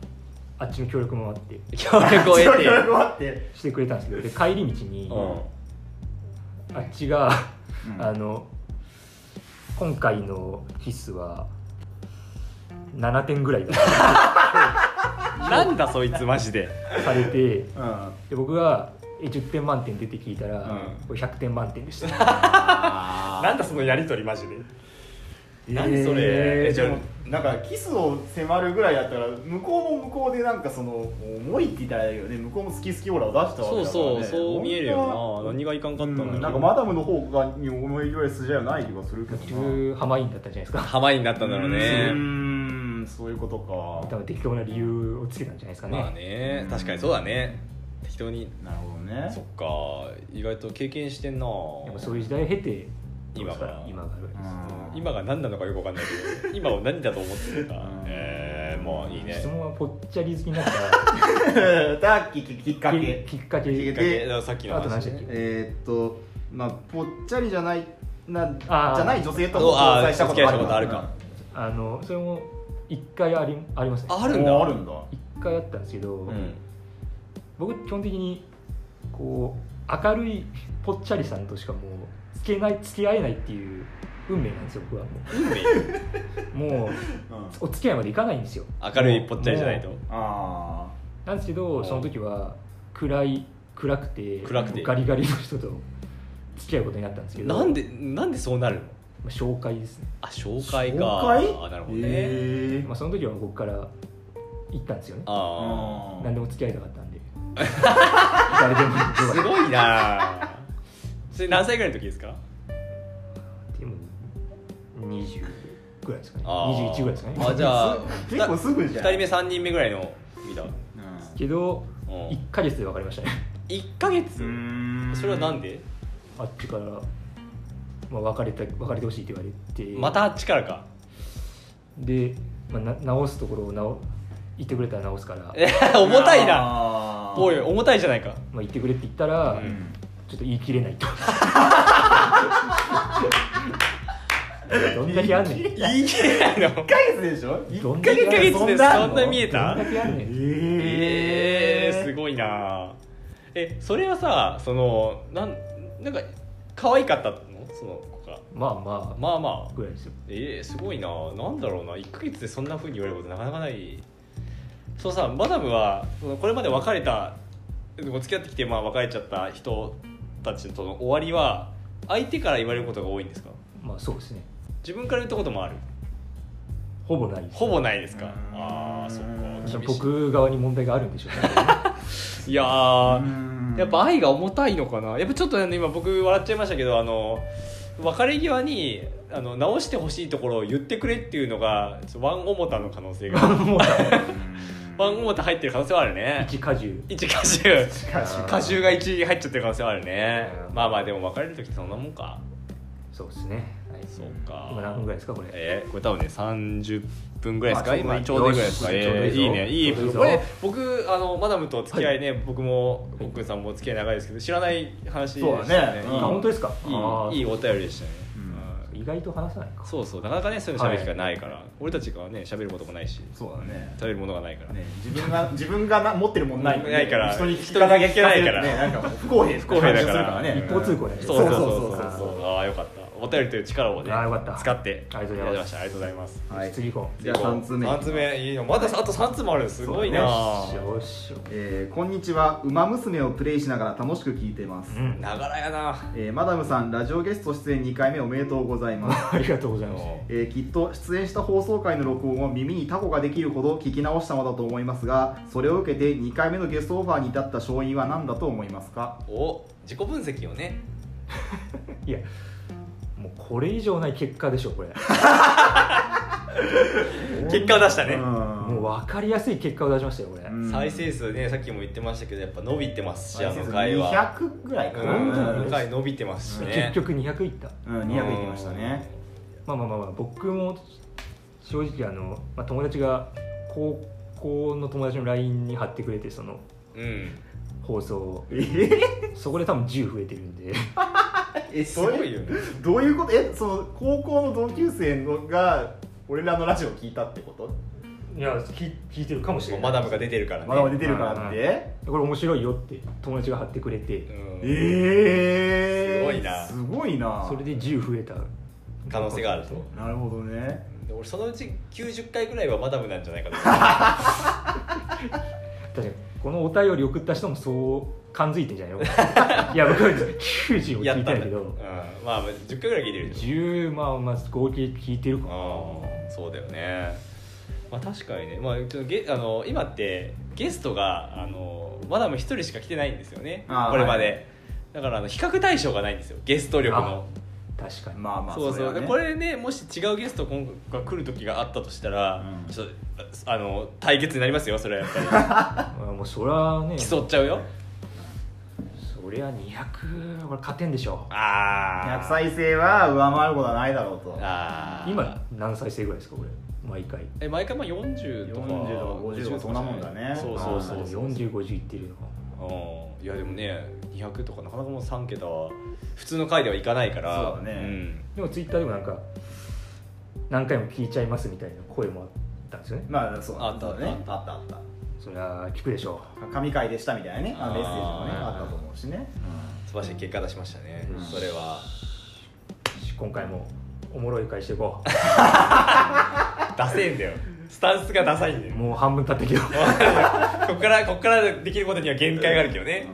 C: あっちの協力もあって
A: 協力を
B: ちょ
A: 得
B: ってと待って
C: してくれたんですけどで帰り道に
A: う
C: あっちが
B: うん
C: あの今回のキスは7点ぐらいが
A: んなんだそいつマジで
C: されて
B: うん あ
C: で僕がえ10点満点出て聞いたら、
B: うん
C: これ100点満点でした
B: ー
A: なんだそのやりとりマジで
B: え
A: 何
B: ー
A: それ、えじゃ
B: でもなんかキスを迫るぐらいだったら向こうも向こうでなんかその重いって言ったらあれだけどね向こうも好き好きオーラを出したわ
A: そ
B: け
A: う
B: だから、ね、
A: そうそう見えるよな何がいかんか
B: う
A: ったんだろうん
B: なんかマダムの方がに思いぐらい筋合いはない気がするけ
C: 結
B: どな
C: 局ハマインだったんじゃないですか
A: ハマイになったんだろう
B: う
A: ね
B: ーんそういうこと
C: 多
B: か
C: 分適当な理由をつけたんじゃないですかね,、
A: まあね確かにそうだね適当に
B: なるほどね
A: そっか意外と経験してんな
C: やっぱそういう時代を経てどう
A: 今
C: ですか
A: が
C: 今があるわけです、
B: うん
A: 今が何なのかよくわかんないけど今を何だと思ってるか
B: うん
A: えー、まあいいね
C: 質問はぽっちゃり好きになった
B: だっききっかけ
C: きっかけ
B: きっかけ
A: えだからさっきの
C: あと何
A: 話
C: でした
A: ね
C: っけ
B: えーっとまあぽっちゃりじゃないなじ
C: あー
B: ゃない女性と
A: そうあー
B: 交際したことある
A: 付き合いしたことあるか
C: あのそれも1回ありありますね
A: あ
B: あ
A: あるん
B: あ
A: だ
B: るんだ
C: 1回あったんですけど、
A: うん
C: 僕基本的にこう明るいぽっちゃりさんとしかもうつけない付き合えないっていう運命なんですよ僕はも
A: 運命
C: うもうお付き合いまでいかないんですよ
A: 明るいぽっちゃりじゃないと
C: も
B: あ
C: うなんですけ
A: う
C: ど
A: ん
C: その時は暗い暗くて
A: 暗くて
C: ガリガリの人と付き合うことになったんですけど
A: なんでなんでそうなるの
C: まあ紹介ですね、
A: あ紹介か
B: 紹介
A: あなるほどね、
B: え
C: まあ、その時は僕から行ったんですよね
A: あ
C: 何でも付き合いたかったんで誰でも
A: あ
C: よ
A: す
C: かっ
A: ごいなそれ何歳ぐらいの時ですか
C: たでも20ぐらいですかね
A: あー
C: 21ぐらいですかね
A: あじゃあ
B: す結構すぐじゃん
A: 2人目3人目ぐらいの見た
C: けど
A: うん
C: 1か月で別れましたね
A: 1ヶ月それはなん
B: で
A: で
C: あっちから、まあ、別れた別れてほしいって言われて
A: またあっちからか
C: で、まあ、な直すところを直言ってくれたら直すから、
A: え重たいな
B: な
A: おい重たいじゃないか
C: まあ、言ってくれって言ったら、
A: うん
C: ちょっと言い切れな いとどんだけあんねんど
A: 言い切れないの
B: 1ヶ月でしょ
C: どん
A: 1ヶ
C: だけ
A: 月でそん
B: あ
A: な
B: の
A: 見えた
C: んだけあんねん
A: えー、す
B: ごい
A: ごいなえそれはさそのなんなんか可愛かったのその子が
C: まあまあ
A: まあまあ
C: ぐらいですよ
A: えー、すごいななんだろうな1ヶ月でそんなふうに言われることなかなかないそうさマダムはそのこれまで別れたお付き合ってきてまあ別れちゃった人たちとの終わりは相手から言われることが多いんですか
C: まあそうですね
A: 自分から言ったこともある
C: ほぼないです
A: ほぼないですか
B: うん
A: ああそっか厳しい
C: 僕側に問題があるんでしょうね
A: いやー
B: うん
A: やっぱ愛が重たいのかなやっぱちょっとね今僕笑っちゃいましたけどあの別れ際にあの直してほしいところを言ってくれっていうのがちょっとワンオモタの可能 性がワンオモタ入ってる可能性はあるね
C: 一果汁
A: 一果汁
B: しかし
A: 果汁が1入っちゃってる可能性はあるね
C: うん
A: まあまあでも別れる時ってそんなもんか
C: そうですね、はい、
A: そうか
C: 今何分ぐらいですかこれ、
A: えーこれ多分ね30分ぐらいですか、
B: まあ
A: 今ち
B: ち
A: ょ
B: ょ
A: う
B: う
A: どい
B: ど
A: い
B: い
A: ぐら
B: い
A: いですか、
B: よし
A: えー
C: ちょうどいいぞ
A: いいねいい
C: ちょうどいいぞ
A: これ僕あのマダムと付き合いね、僕もコックンさんも付き合い長いですけど知らない話でした
B: そうだ
A: ね
B: ねうん
A: いい
C: あ本当ですか
A: いい
C: あー
A: いいお便りでしたね、
B: う
A: うん
C: 意外と話さないか
A: そうそうなかなかねそういうの喋る機会ないから、俺たちがね喋ることもないし
B: そうだね
A: 喋るものがないから、
B: ね自分が自分がな持ってるもんないもんね
A: ないから
B: 人に聞かなきゃいけないから
A: 人に聞
B: ね
A: か
B: なんかもう不公平
A: 不公平だから
B: な感じがする
C: 一方通行だよね
A: そうそうそう
B: そう
A: そう
B: そう
A: そ
B: そう
A: ああよかったお便りという力をね
C: あーよかった
A: 使って
C: ありがとうござ
A: や
C: います
A: りましたありがとうございます
B: からねはい
C: 次行こう
B: じゃあ三通目
A: 三つ目いいよまだあと三つもあるすごいな、
C: よっしょ
B: えーこんにちは「ウマ娘」をプレイしながら楽しく聞いてます、
C: うん
A: ながらやな
B: えーマダムさんラジオゲスト出演2回目おめでとうございます
C: ありがとうございます
B: えーきっと出演した放送回の録音を耳にタコができるほど聞き直したのだと思いますがそれを受けて2回目のゲストオファーに至った勝因は何だと思いますか
A: お自己分析をね
C: いやもうこれ以上ない結果でしょこれ
A: 結果を出したね、
C: もう
B: も
C: 分かりやすい結果を出しましたよこれ、
B: うん
A: 再生数ねさっきも言ってましたけどやっぱ伸びてますしあの回は
B: 200ぐらいかな、
A: う
B: うん
A: んあ
B: 200
A: の回伸びてますしね
C: 結局200いった
B: いきましたね
C: まあまあまあ、まあ、僕も正直あの、まあ、友達が高校の友達の LINE に貼ってくれてその
A: うん
C: 放送を
B: え ー
C: そこで多分10増えてるんで
A: えすごいよね
B: どういうことえその高校の同級生のが俺らのラジオ聞いたってこと
C: いや聞聞いてるかもしれない
A: マダムが出てるからね
B: まだ出てるからって、
C: これ面白いよって友達が貼ってくれて
A: うん
B: え
A: す
B: えー、
A: ごいな
B: すごいな
C: それで10増えた
A: 可能性があると
B: なるほどね
A: で俺そのうち90回ぐらいはマダムなんじゃないかな
C: 確かにこのお便り送った人もそう感づいてんじゃないよ いや僕は90を
A: や
C: 聞
A: っ
C: い
A: たん
C: た
A: だ
C: んだけ
A: けど、うん
C: ど、
A: まあ10回ぐらい聞いてるでしょ
C: 10まあまあ合計聞いてるか
A: うんそうだよねまあ確かにね、まあ、ちょっとゲあの今ってゲストがあのマダム一人しか来てないんですよね
B: あー
A: これまで、
B: は
A: だからあの比較対象がないんですよゲスト力の
C: 確かに、
B: まあまあ
A: そうそう
B: れはね
A: でこれねもし違うゲスト今が来る時があったとしたら、
B: うん
A: ちょっとあの対決になりますよそれは やっぱり
C: あもうそりゃね
A: 競っちゃうよ
C: そりゃ200これ勝てんでしょ
A: あ
B: 100
A: あ
B: 再生は上回ることはないだろうと
A: あー
C: 今何再生ぐらいですかこれ毎回
A: え毎回まあ40とか
B: 40とか50とかそんなもんだね
A: そうそうそうそう
C: 4050いってるよ
A: うんいやでもね200とかなかなかもう3桁は普通の回ではいかないから
B: そうだね
A: ん
C: でもツイッターでもなんか何回も聞いちゃいますみたいな声もあったんですよね
B: まあそう
A: あった
B: そうだね
A: あ
B: あったあった
C: そりゃ聞くでしょ
B: 神回でしたみたいなねあのメッセージもね
A: あ
B: あ
A: ー
B: ったと思うしね、
A: 素晴らしい結果出しましたね、
B: うん
A: それは
C: うし今回もおもろい回していこ
A: ダセえんだ よスタンスがダサいんだ
C: う
A: よ
C: もう半分経ったけど
A: こっからこっからできることには限界があるけどね、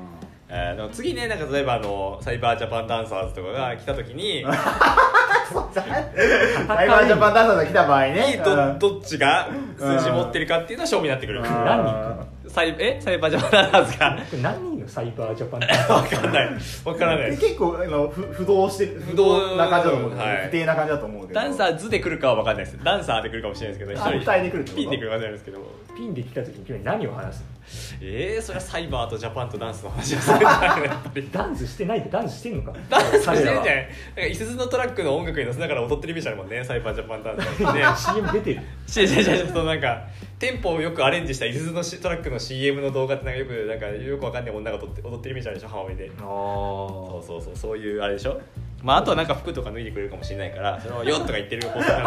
A: えーでも次ねなんか例えばあのサイバージャパンダンサーズとかが来た時 に
B: サイバージャパンダンサーが来た場合ねうん
A: どどっちが数字持ってるかっていうのは勝負になってくる
B: うん
C: 何人か
A: サイえサイバージャパンダンサーズが
C: これ何人のサイバージャパン
A: 分かんない分からない
B: で結構あの不不動してる
A: 不
B: 不
A: 動
B: 動な感じだと思う、
A: はい
B: 不定な感じだと思うけど
A: ダンサーズで来るかは分かんないですダンサーで来るかもしれないですけど
B: あ歌いで来るってこと
A: ピンで来るかもしれないですけど
C: ピンで来た時に君は何を話す
A: えー、そりゃサイバーとジャパンとダンスの話をするんじゃないのやっぱり
C: ダンスしてないってダンスしてんのか
A: ダンスしてるんじゃ
C: 彼
A: ない
C: ら
A: なん
C: は
A: か一節のトラックの音楽に乗せながら踊ってるイメージあるもんねサイバージャパンダンスね
C: CM 出てる
A: 違う違う違うそのなんかテンポをよくアレンジした一節のしトラックの CM の動画ってなんかよくなんかよくわかんない女が踊って踊ってるイメージあるでしょハワイで
C: あ
A: そう
C: ー
A: そうそうそういうあれでしょまああとはなんか服とか脱いでくれるかもしれないからそのよっとか言ってる放送な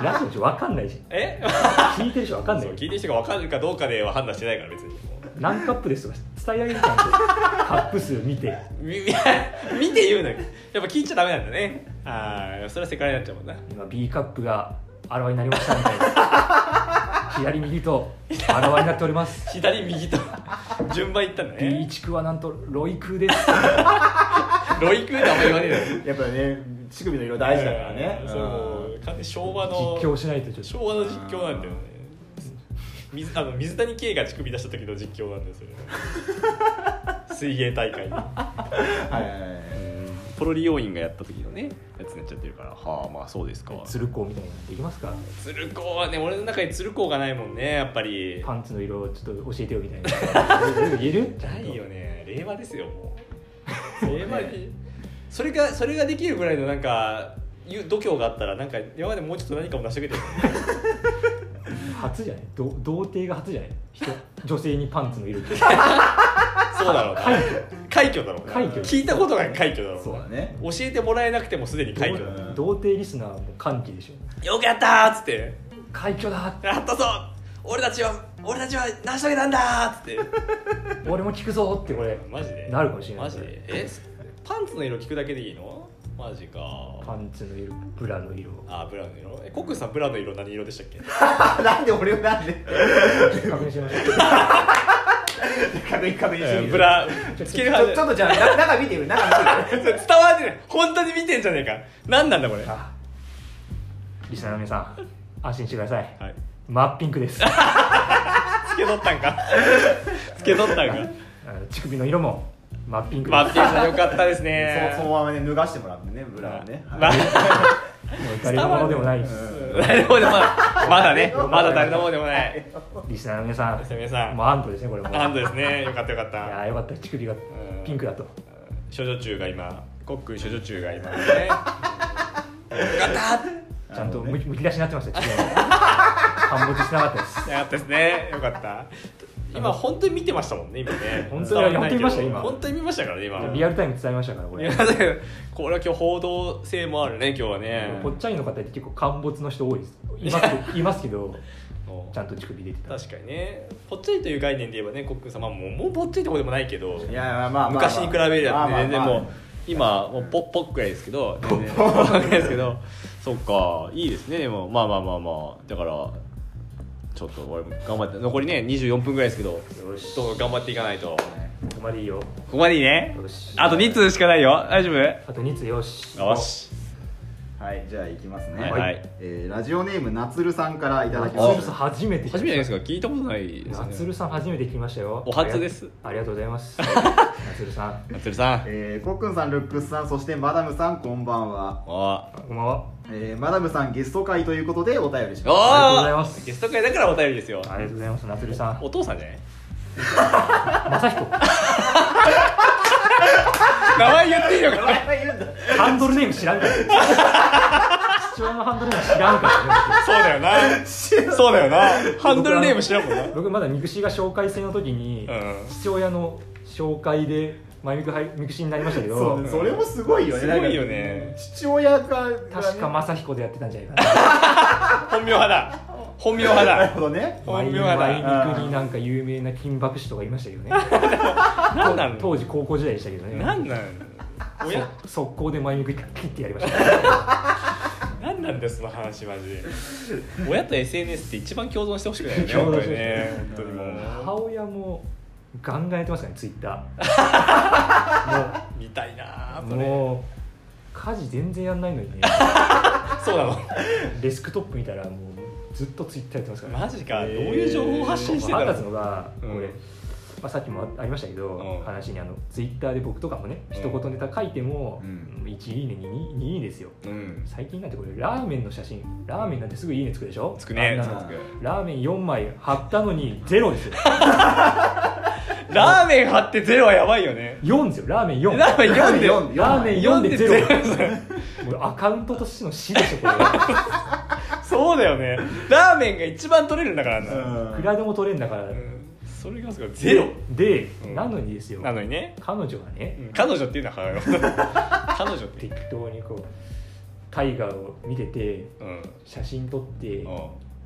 A: の
C: ラジオじゃ分かんないじ
A: え
C: ゃん聞いてる人分かんない
A: そう聞いてる人が分かるかどうかでは判断してないから別にもう
C: 何カップですとか伝えられるじゃんカップ数見て
A: み 見て言うのよやっぱ聞いちゃダメなんだねああそれは世界になっちゃうもんな
C: 今 B カップがあらわになりましたみたいな左右とあらわになっております
A: 左右と順番いったんだね
C: B1 区はなんとロイクです
A: ロイクーってあんま言わねえだろ
B: やっぱね乳首の色大事だからね、
A: そうもう完全に昭和の
C: 実況しないとちょっ
A: 昭和の実況なんだよね水あの水谷圭が乳首出した時の実況なんです よ水泳大会
B: うんはいはいはい
A: ポロリ要員がやった時のねやつになっちゃってるからはあまあそうですか
C: と鶴光みたいなのできますか
A: 鶴光はね俺の中に鶴光がないもんねやっぱ り
C: パンツの色をちょっと教えてよみたい な言える
A: ないよね令和ですよもう令和にそれがそれができるぐらいのなんかゆ度胸があったらなんか今までもうちょっと何かを成し遂げて る
C: 初じゃないど童貞が初じゃない 人女性にパンツの色って
A: そうだろう な快挙だろうな
C: 快挙
A: 聞いたことが快挙だろう
B: そう
A: な
B: だね
A: 教えてもらえなくてもすでに快挙だな
B: な
C: 童貞リスナーも歓喜でしょ
A: よくやったーっつって
C: 快挙だ
A: やったぞ俺たちは俺たちは成し遂げたんだーっつって
C: 俺も聞くぞってこれ
A: マジで
C: なるかもしれない
A: マジでえパンツの色聞くだけでいいのマジか
C: パンツの色ブラの色
A: あブラウンの色えコックさんブラウンの色何色でしたっけ
B: なんで俺をなんで
C: 確認しましょう
B: 確認確認してみる
A: ブラつけるは
B: ちょ
A: ず
B: ちょっとじゃあな中見てみる中見てみる
A: それ伝わってない本当に見てんじゃねえか何なんだこれは
C: あリスナーの皆さん安心してください
A: い
C: 真っピンクです
A: つけとったんか つけとったんか
C: あの乳首の色も真っピンクで
A: マ
C: す、
A: ッピーさんよかったです
B: そ
A: ね
B: そのままね脱がしてもらってねブラをね、
A: まあ
C: もう誰のものでもないです
A: 誰のものでもないまだねまだ誰のものでもない
C: リスナーの皆さん
A: 皆さん
C: もう安堵ですねこれもう
A: ハンドですねよかったよかっ
C: い
A: た
C: やーよかった乳首がピンクだと
A: 処女中が今コックン処女中が今ねよかった
C: ちゃんとむきむき出しになってました乳首 が陥没しなかったです
A: よかったですねよかった今本当に見てましたもんね今ね
C: 本当に
A: 伝わらないけど
C: 本当に見ました今
A: 本当に見ましたからね今
C: リアルタイム伝えましたからこ
A: い
C: れ
A: やだけどこれは今日報道性もあるね今日はね
C: ぽっちゃりの方って結構陥没の人多いですいますけ どいますけど
A: うん
C: ちゃんと乳首出てた
A: 確かにねぽっちゃりという概念で言えばねコックン様ももうぽっちゃりってことでもないけど
B: いやまあまあまあ
A: 昔に比べり
B: ま
A: ゃ
B: あまあまあ
A: 全然もう今もうポッポッくらいですけど全然ポッくらいですけどそっかいいですねでもまあまあまあまあだからちょっと俺も頑張って残りね24分ぐらいですけど
C: よし
A: ちょっと頑張っていかないと
C: ここまでいいよ
A: ここまでいいね
C: よし
A: あと2通しかないよ大丈夫
C: あと2つよし
A: よし
B: はいじゃあいきますね、
A: はいはい
B: えーラジオネームなつるさんからいただきま
C: 夏る
B: し
C: さん
B: た
C: 初めて
A: 初めてですか聞いたことないです
C: 夏
A: ね
C: るさん初めて聞きましたよ
A: お初です
C: ありがとうございま す夏るさん
A: 夏るさん
B: えー、コックンさんルックスさんそしてマダムさんこんばんは、
A: あ
C: こんばんは
B: えーマダムさんゲスト会ということでお便りし
A: お
B: まし
C: ありがとうございます
A: ゲスト会だからお便りですよ
C: ありがとうございます夏るさん
A: お父さんじ ゃない
C: まさひこ
A: 名前言っていいのかな
B: た言うんだ
C: ハンドルネーム知ら んから父親のハンドルネーム知らんからね
A: そうだよ なそうだよなハンドルネーム知らんもんな
C: 僕僕まだミクシーが紹介制の時に、
A: うん
C: 父親の紹介でマイミクハイミクシーになりましたけど
B: そうそれもすごいよね
A: すごいよね
B: なんか父親が
C: 確か
B: ま
C: 正彦でやってたんじゃないか
A: 本名派だ本名派
B: なる
A: だ
B: ほどね
C: なマイ
A: 本
C: ミ
A: 名
C: ク
A: 派
C: マイミ
A: だ
C: クになんか有名な金箔師とかいましたけどね
A: 何 なの
C: 当時高校時代でしたけどね
A: 何なの親
C: そ速攻でマイミクピッてやりまし たね
A: 何なんですその話マジで親と SNS って一番共存してほしくないよね
C: 共
A: 本当
C: 存し
A: に
C: てほしい
A: ね本当にも
C: 母
A: う
C: 親もガンガンやってましたねツイ ッタ
A: 見たいな
C: ー
A: ぁそれ
C: もう家事全然やんないのに ね
A: そうなの
C: デスクトップ見たらもうずっとツイッターやってますから
A: マジかどう
B: えー
A: いう情報発信してた
C: 腹
A: の
C: 立つのが、
A: うん
C: 俺、まあ、さっきもありましたけど、
A: うん
C: 話にあのツイッターで僕とかもね
A: うん
C: 一言ネタ書いても、
A: うん
C: 1いいね 2, 2いいねですよ
A: うん
C: 最近なんてこれラーメンの写真ラーメンなんてすぐいいねつくでしょ
A: つくね
C: あんなのラーメン4枚貼ったのにゼロです よ
A: ラーメン貼ってゼロはやばいよね
C: 4ですよラーメン4
A: ラーメン読んで
B: ラーメン四
C: ラーメン4でゼロ
A: 読んでゼロ
C: もうアカウントとしての死でしょこれ
A: そうだよねラーメンが一番取れるんだからあんなの
B: うん
C: いくらでも取れんだから、
A: うんそれがすごいゼロ
C: で、
A: うん
C: なのにですよ
A: なのにね
C: 彼女がね、
A: うん彼女っていうのは母親 彼女って
C: 適当にこう大河を見てて
A: うん
C: 写真撮って
A: う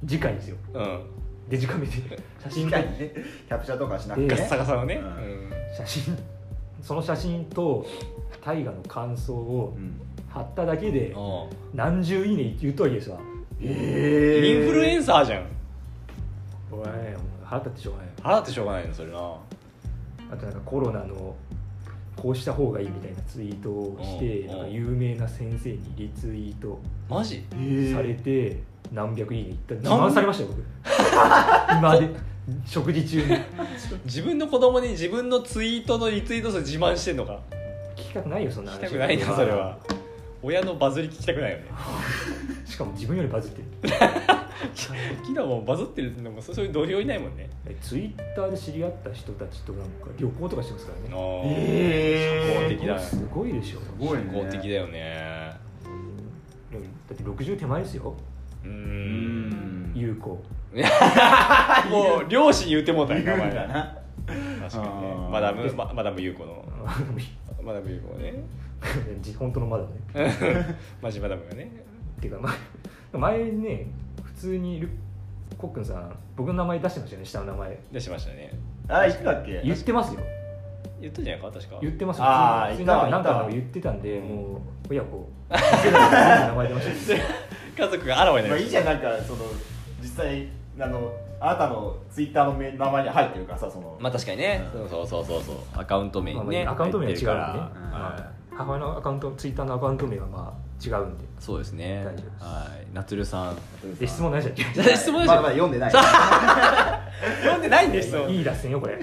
C: 次回ですよ
A: んうん
C: デジカメで 写真
B: 確か
C: 撮っ
B: にねキャプチャーとかしなくて
A: ガ
B: ね
A: ッサガサのね、
B: うん
C: 写真その写真と大河の感想を
B: うん
C: 貼っただけで
A: うん
C: 何十いいね言うとはいえさ
B: え
A: インフルエ
B: ン
A: ンサーじゃん
C: おいもう腹立ってしょうがない
A: 払ってしょうがないのそれな
C: あとなんかコロナのこうした方がいいみたいなツイートをして
A: うん
C: なんか有名な先生にリツイート
A: マジ
B: え
C: されて何百いいねいった自
A: 何百
C: 慢されましたよ 僕今で食事中に
A: 自分の子供に自分のツイートのリツイート数自慢してんのか
C: 聞きたくないよそんな
A: 聞き
C: 話
A: たくないなそれは親のバズり聞きたくないよね
C: しかも自分よりバズってる
A: 昨日もバズってるのもそうそういう同僚いないもんね
C: えツイッターで知り合った人たちとなんか旅行とかしてますからね
B: え
A: 社交的だ
C: すごいでしょ
B: すごいね
A: 公的だよね
C: だって60手前ですよ
A: う
B: うんん
C: 有効
A: もう両親言うてもうた
B: 言
A: よ
B: うんだ
A: 名前
B: な
A: 確かにね
B: あー
A: マダムまマダム優子の
C: あの
A: マダム優子ね
C: 本当のまだね
A: マジマダムがね
C: っていうか前前ね普通にルコックンさん僕の名前出してましたよね下の名前
A: 出しましたね
B: あ言ってたっけ
C: 言ってますよ
A: 言ったんじゃないか確か
C: 言ってます
B: あー
C: 普通に
B: 言ったわ
C: なんか
B: 言ったわ
C: なんか言ってたんで
A: うん
C: もう親子 名前出ましたよ
A: 家族があらわにな
B: まあ、
A: り
B: いい
A: まし
B: じゃん
A: た
B: なんかその実際あのあなたのツイッターの名前に入ってるからさその、
A: まあ確かにねそうそうそうそうそうアカウント名
C: まあ
A: に
C: ま
A: ね
C: あアカウント名は違うん
A: 入って
C: でね
A: るから
C: は
A: はい
C: い母親のアカウントツイッターのアカウント名はまあ違うんで
A: そうですね
C: 大丈夫です
A: はいなつるさん
C: で質問ないじゃん
A: じゃあ質問でしょ
B: まだまだ読んでない
A: 読んでないんですよ
C: いい脱線よ これ
A: や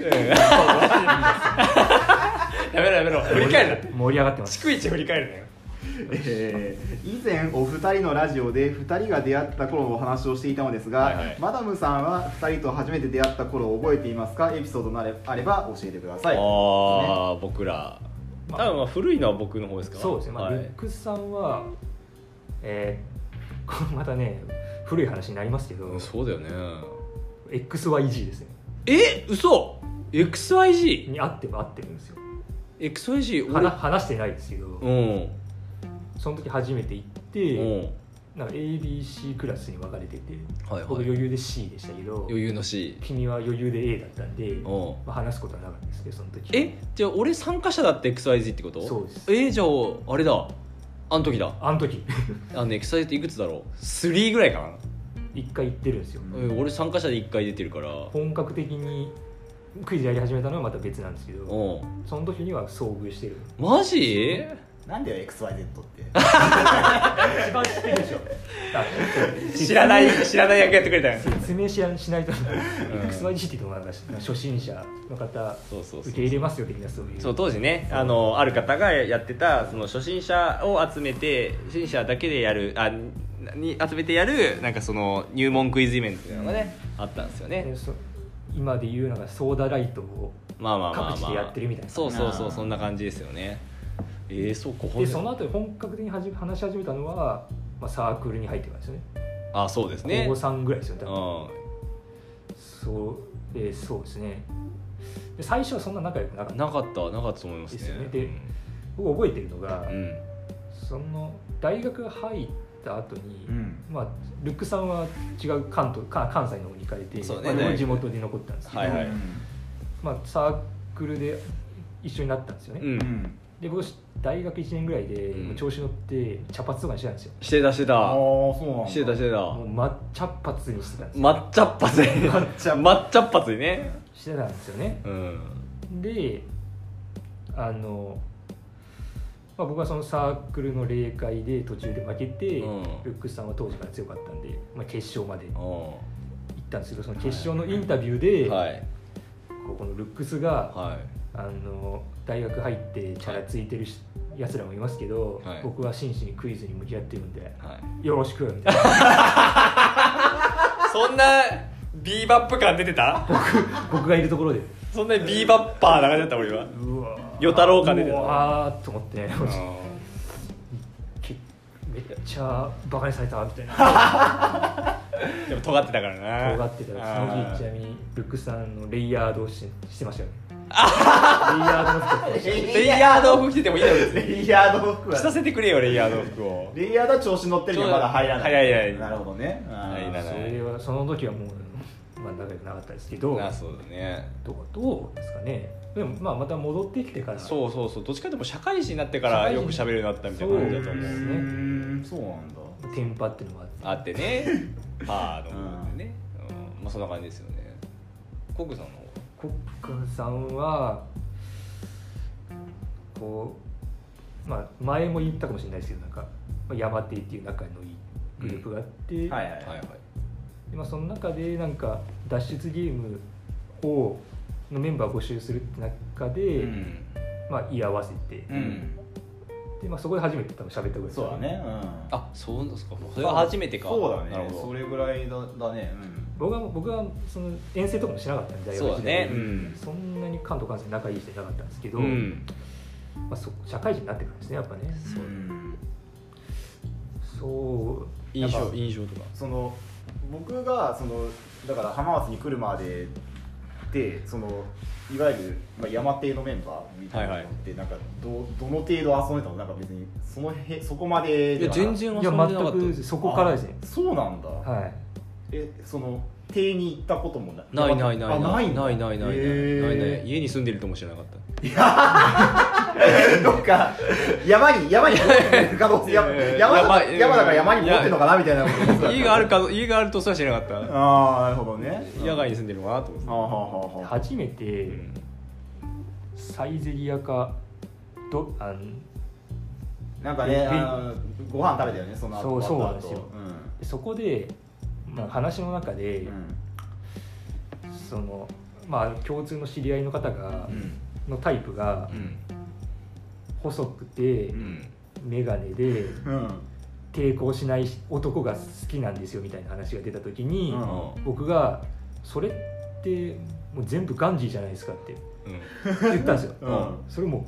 A: めろやめろ振り返る
C: 盛り上がって
A: な
C: ます
A: 逐一振り返るなよ
B: えー以前お二人のラジオで二人が出会った頃のお話をしていたのですが、
A: はいはい
B: マダムさんは二人と初めて出会った頃を覚えていますかエピソードなれあれば教えてくださいね
A: ああ僕ら多
C: まあ
A: 分まあ古いのは僕の方ですか
C: そうですね、まあ
A: はい
C: ルックスさんは、えーこれまたね古い話になりますけど、
A: うんそうだよね
C: XYG ですね
A: え嘘 XYG?XYG
C: に合っても合ってるんですよ
A: 俺
C: 話話してないですけど、
A: うん
C: その時初めて行って、
A: うん
C: なんか ABC クラスに分かれてて、
A: はいは
C: 僕
A: い
C: 余裕で C でしたけど
A: 余裕の C
C: 君は余裕で A だったんで、
A: うん
C: まあ、話すことはなかったですねその時
A: えじゃあ俺参加者だって XYZ ってこと
C: そうです
A: えじゃああれだあの時だ
C: あの時
A: あのね XYZ っていくつだろう3ぐらいかな、
C: 一回行ってるんですよ、
B: うん
A: うん、俺参加者で1回出てるから
C: 本格的にクイズやり始めたのはまた別なんですけど
A: うん
C: その時には遭遇してる
A: マジ
B: なんだよ XYZ って
C: 一番知ってるでしょ
A: 知らない知らない役やってくれたよ
C: 説明ししないと、
A: ん
C: XYG っていうのはなんか初心者の方
A: そうそうそう
C: 受け入れますよ的なそういう
A: そう当時ねあのある方がやってたその初心者を集めて初心者だけでやるあに集めてやるなんかその入門クイズイベントみたいなのがねあったんですよね
C: でそ今で言うのがソーダライトを
A: まあまあまあ
C: 各地
A: まあ
C: でやってるみたいな
A: そうそうそ
B: あ
A: う
B: ー
A: そんな感じですよねえー、そうこ
C: でその後本格的にはじ話し始めたのは、まあ、サークルに入ってからですよね
A: あそうですね
C: 高3ぐらいですよ多分
A: う
C: そうでそうですねで最初はそんな仲良くなかっ
A: ん
C: た
A: なかったなかったと思いますね
C: ですよねで僕覚えてるのが、
A: うん
C: その大学入った後に、
B: うん
C: まあ、ルックさんは違う関東か関西の方に行かれて、
A: そうね
C: まあ僕
A: ね
C: 地元で残ったんですけど、
A: はいはい
C: まあ、サークルで一緒になったんですよね、
A: うん、
B: うん
C: で僕大学1年ぐらいで、
A: うん
C: もう調子乗って茶髪とかにしてたんですよ
A: してたして
B: あ
A: た
B: あそうなんだ
A: してたしてた
C: もう抹茶髪にしてたんですよ、
A: 抹茶っぱつ
B: 抹茶
A: 抹茶っぱつね
C: してたんですよね
A: うん
C: であの、まあ、僕はそのサークルの例会で途中で負けて、
A: うん
C: ルックスさんは当時から強かったんで、まあ、決勝まで行
A: う
C: ったんですけどその決勝のインタビューで、
A: んはい
C: ここのルックスが、
A: は
C: あの大学入ってチャラついてるし、やつらもいますけど、
A: はい
C: 僕は真摯にクイズに向き合ってるんで
A: いはい
C: よろしくみた いな
A: そんなビーバップ感出てた
C: 僕がいるところで
A: そんなビーバッパーな感じだった俺は
C: うわー
A: 与太郎感出て
C: う
A: た
C: わーっと思ってけ めっちゃバカにされたみたいな
A: でも尖ってたからな
C: 尖ってたらその
A: あー
C: 時ちなみにルックさんのレイヤードをししてましたよねレイヤードの服を着て
A: レイヤード服着てても
C: ました
A: いいだろ別に
B: レイヤード服
A: 着さ
B: は
A: せてくれよレイヤード服を
B: レイヤードは調子乗ってるけどまだ入らない
A: はいはいはい
B: なるほどねあ
A: 入
B: ー
A: らない
C: それはその時はもう、まあ、仲良くなかったですけど
A: あそうだね
C: どうどうですかねでも、まあ、また戻ってきてから
A: そうそうそうどっちかというと社会人になってからよく喋るようになったみたいな感じだと思う
C: そうう
B: ーんそうなんだ
C: テンパっていうのもあって
A: あってねパーの部分でね、うんまあそんな感じですよねコックさんの方
C: コックンさんはこう、まあ、前も言ったかもしれないですけどなんかまあヤマテイっていう仲のいいグループがあって、
B: はいはい
A: はいはい
C: でまあ、その中でなんか脱出ゲームをのメンバーを募集するって中で、
B: うん
C: まあ、居合わせて
B: うん
C: で、まあ、そこで初めて多分喋ったぐらいです
B: そうだねうん
A: あそうなんですかそれは初めてか
B: そうだね
A: なるほ
B: そ
A: ど
B: れぐらいだだねうん
C: 僕は僕はその遠征とかもしなかったんで大
A: そう
C: 学
A: だ
C: 時
A: ね
C: 代
A: うん
C: そんなに関東関西仲いい人いなかったんですけど、
A: うん
C: まあ、そ社会人になってからですねやっぱね
A: そう
B: うん
C: そう
A: 印
C: やっ
A: 象
C: ぱ
A: 印象とか
B: その僕がそのだから浜松に来るまででそのいわゆる、まあ、山亭のメンバーみたいなのって、なんかどどの程度遊んでたのなんか別にそのへそこまで
A: い
B: で
A: や
B: はな
A: 全然遊ん
C: い
A: でな
C: や
A: かった
C: 全くそこからですね
B: あそうなんだ、
C: はい
B: えその邸に行ったこともない
A: ないないない
B: あ
A: ない
B: んだ
A: ないないないない
B: へー
A: ないない家に住んでるとも知らなかった
B: どっか山に山に戻ってる可能性山
A: いやいや
B: 山だか
A: いや
B: ら山だから山に戻ってんのかなみたいなこと思ってた
A: 家があるか家があるとすら知らなかっ
B: ああなるほどね
A: た野外に住んでるのかなと思って
B: ああはあはあはあ
C: 初めて、
A: うん
C: サイゼリアかどあの
B: なんかねあーご飯食べたよねその後
C: そうそう
B: 終わっ
C: なん
B: た
C: です
B: 後
C: よそこでなんか話の中で、
B: うんうん
C: そのまあ共通の知り合いの方が
B: う、ん
C: のタイプが
A: うん
C: 細くて
A: うん
C: 眼鏡で
B: うん
C: 抵抗しない男が好きなんですよみたいな話が出た時に、
B: うん。
C: 僕が「それってもう全部ガンジーじゃないですか」って
A: うん
C: 言ったんですよ
B: うん
C: それも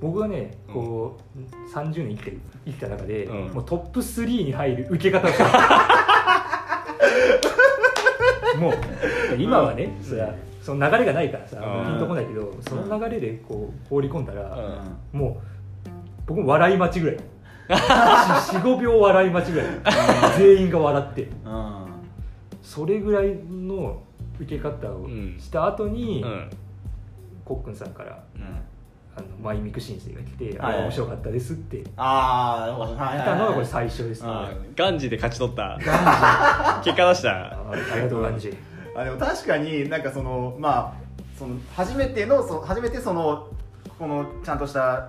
C: 僕がねこう、30年生きてる生きた中で、
A: うん
C: もうトップ3に入る受け 方をしたもう今はね、そりゃその流れがないからさ、
A: うん
C: ピンとこないけどその流れでこう放り込んだら、
A: うん
C: もう僕も笑い待ちぐらい45秒笑い待ちぐらい全員が笑って
B: うん
C: それぐらいの受け方をした後に、
A: うん
C: コックンさんから
B: うん
C: あのマイミク申請が来て「
B: はい
C: あ面白かったです」って言っ
B: ああなるほどはいはい
C: たのがこ
B: は
C: れ
B: い
C: 最初ですね
B: あ
C: あ
A: ガンジーで勝ち取った結果出した
C: ーありがとう感じ
B: あでも確かになんかそのまあその初めてのそ初めてそのこのちゃんとした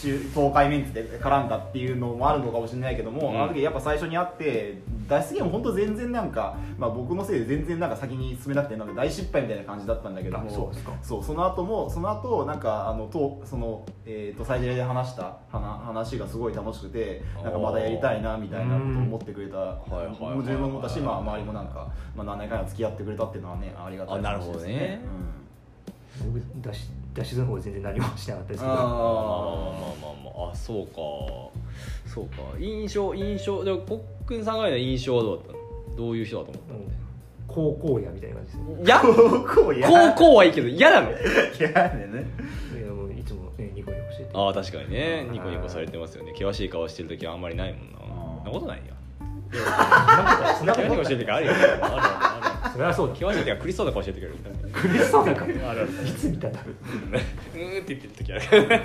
B: 中東海メンツで絡んだっていうのもあるのかもしれないけども、
A: うん
B: あの時やっぱ最初に会って脱出ゲーム本当全然なんか、まあ、僕のせいで全然なんか先に進めなくてなんか大失敗みたいな感じだったんだけど
C: あ
B: も
C: そうですか
B: そうその後もその後なんかあのとそのえっ、と最初で話した話話がすごい楽しくてなんかまだやりたいなみたいなことを思ってくれた
A: いはいはいはい
B: もう自分も思ったし、まあ、周りもなんか、まあ、何年かに付き合ってくれたっていうのはねありがたい
A: あなるほどね
C: 僕脱出脱出の方は全然何もしなかったですけど
B: あー
A: まあまあまあまあまああそうかそうか印象印象でもコックンさんぐらいの印象はどうだったのどういう人だと思
C: もう高校やみたいな感じですね
A: う いや
B: うん高校や
A: 高校はいいけど嫌なの
B: 嫌やねね
C: いやもういつも、ね、ニコニコしてて
A: ああ確かにね
C: うん
A: ニコニコされてますよね険しい顔してる時はあんまりないもんな
B: う
A: そ
B: ん
A: んなことないよ
C: そんな
A: ニコ
C: こ
A: ニ
C: と
A: コ してる時あるよあるあるあ
C: それはそう
A: る
C: だ
A: 険しい時は苦しそうな顔してる時あるよ
C: 苦しそうだから
A: あるある
C: いつ見たんだろう
A: うーんって言ってる時ある
B: ね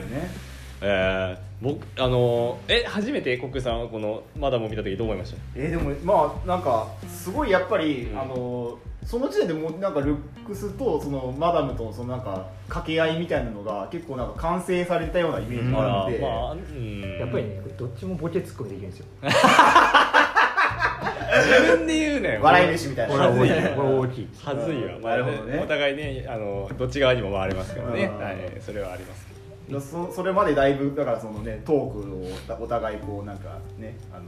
A: えー、僕あのーえ初めてコックンさんはこのマダムを見た時どう思いました
B: えーでもまあなんかすごいやっぱり、
A: うん
B: あのその時点でもうなんかルックスとそのマダムとのそのなんか掛け合いみたいなのが結構なんか完成されたようなイメージがあ
A: あら
B: るので、
A: まあうん
C: やっぱりねこれどっちもボケツッコミできるんですよ
A: 自分で言うね
B: 笑い飯みたい
C: こ
B: な
C: れは
A: ま
C: 大
A: ず
C: き
A: い
C: い
A: ね
C: これは大きいです
A: はずいわ、
B: うんなるほどね
A: お互いねあのどっち側にも回れますからね、
B: うん
A: はい、それはありますけど
B: だそそれまでだいぶだからそのねトークをお互いこうなんかねあの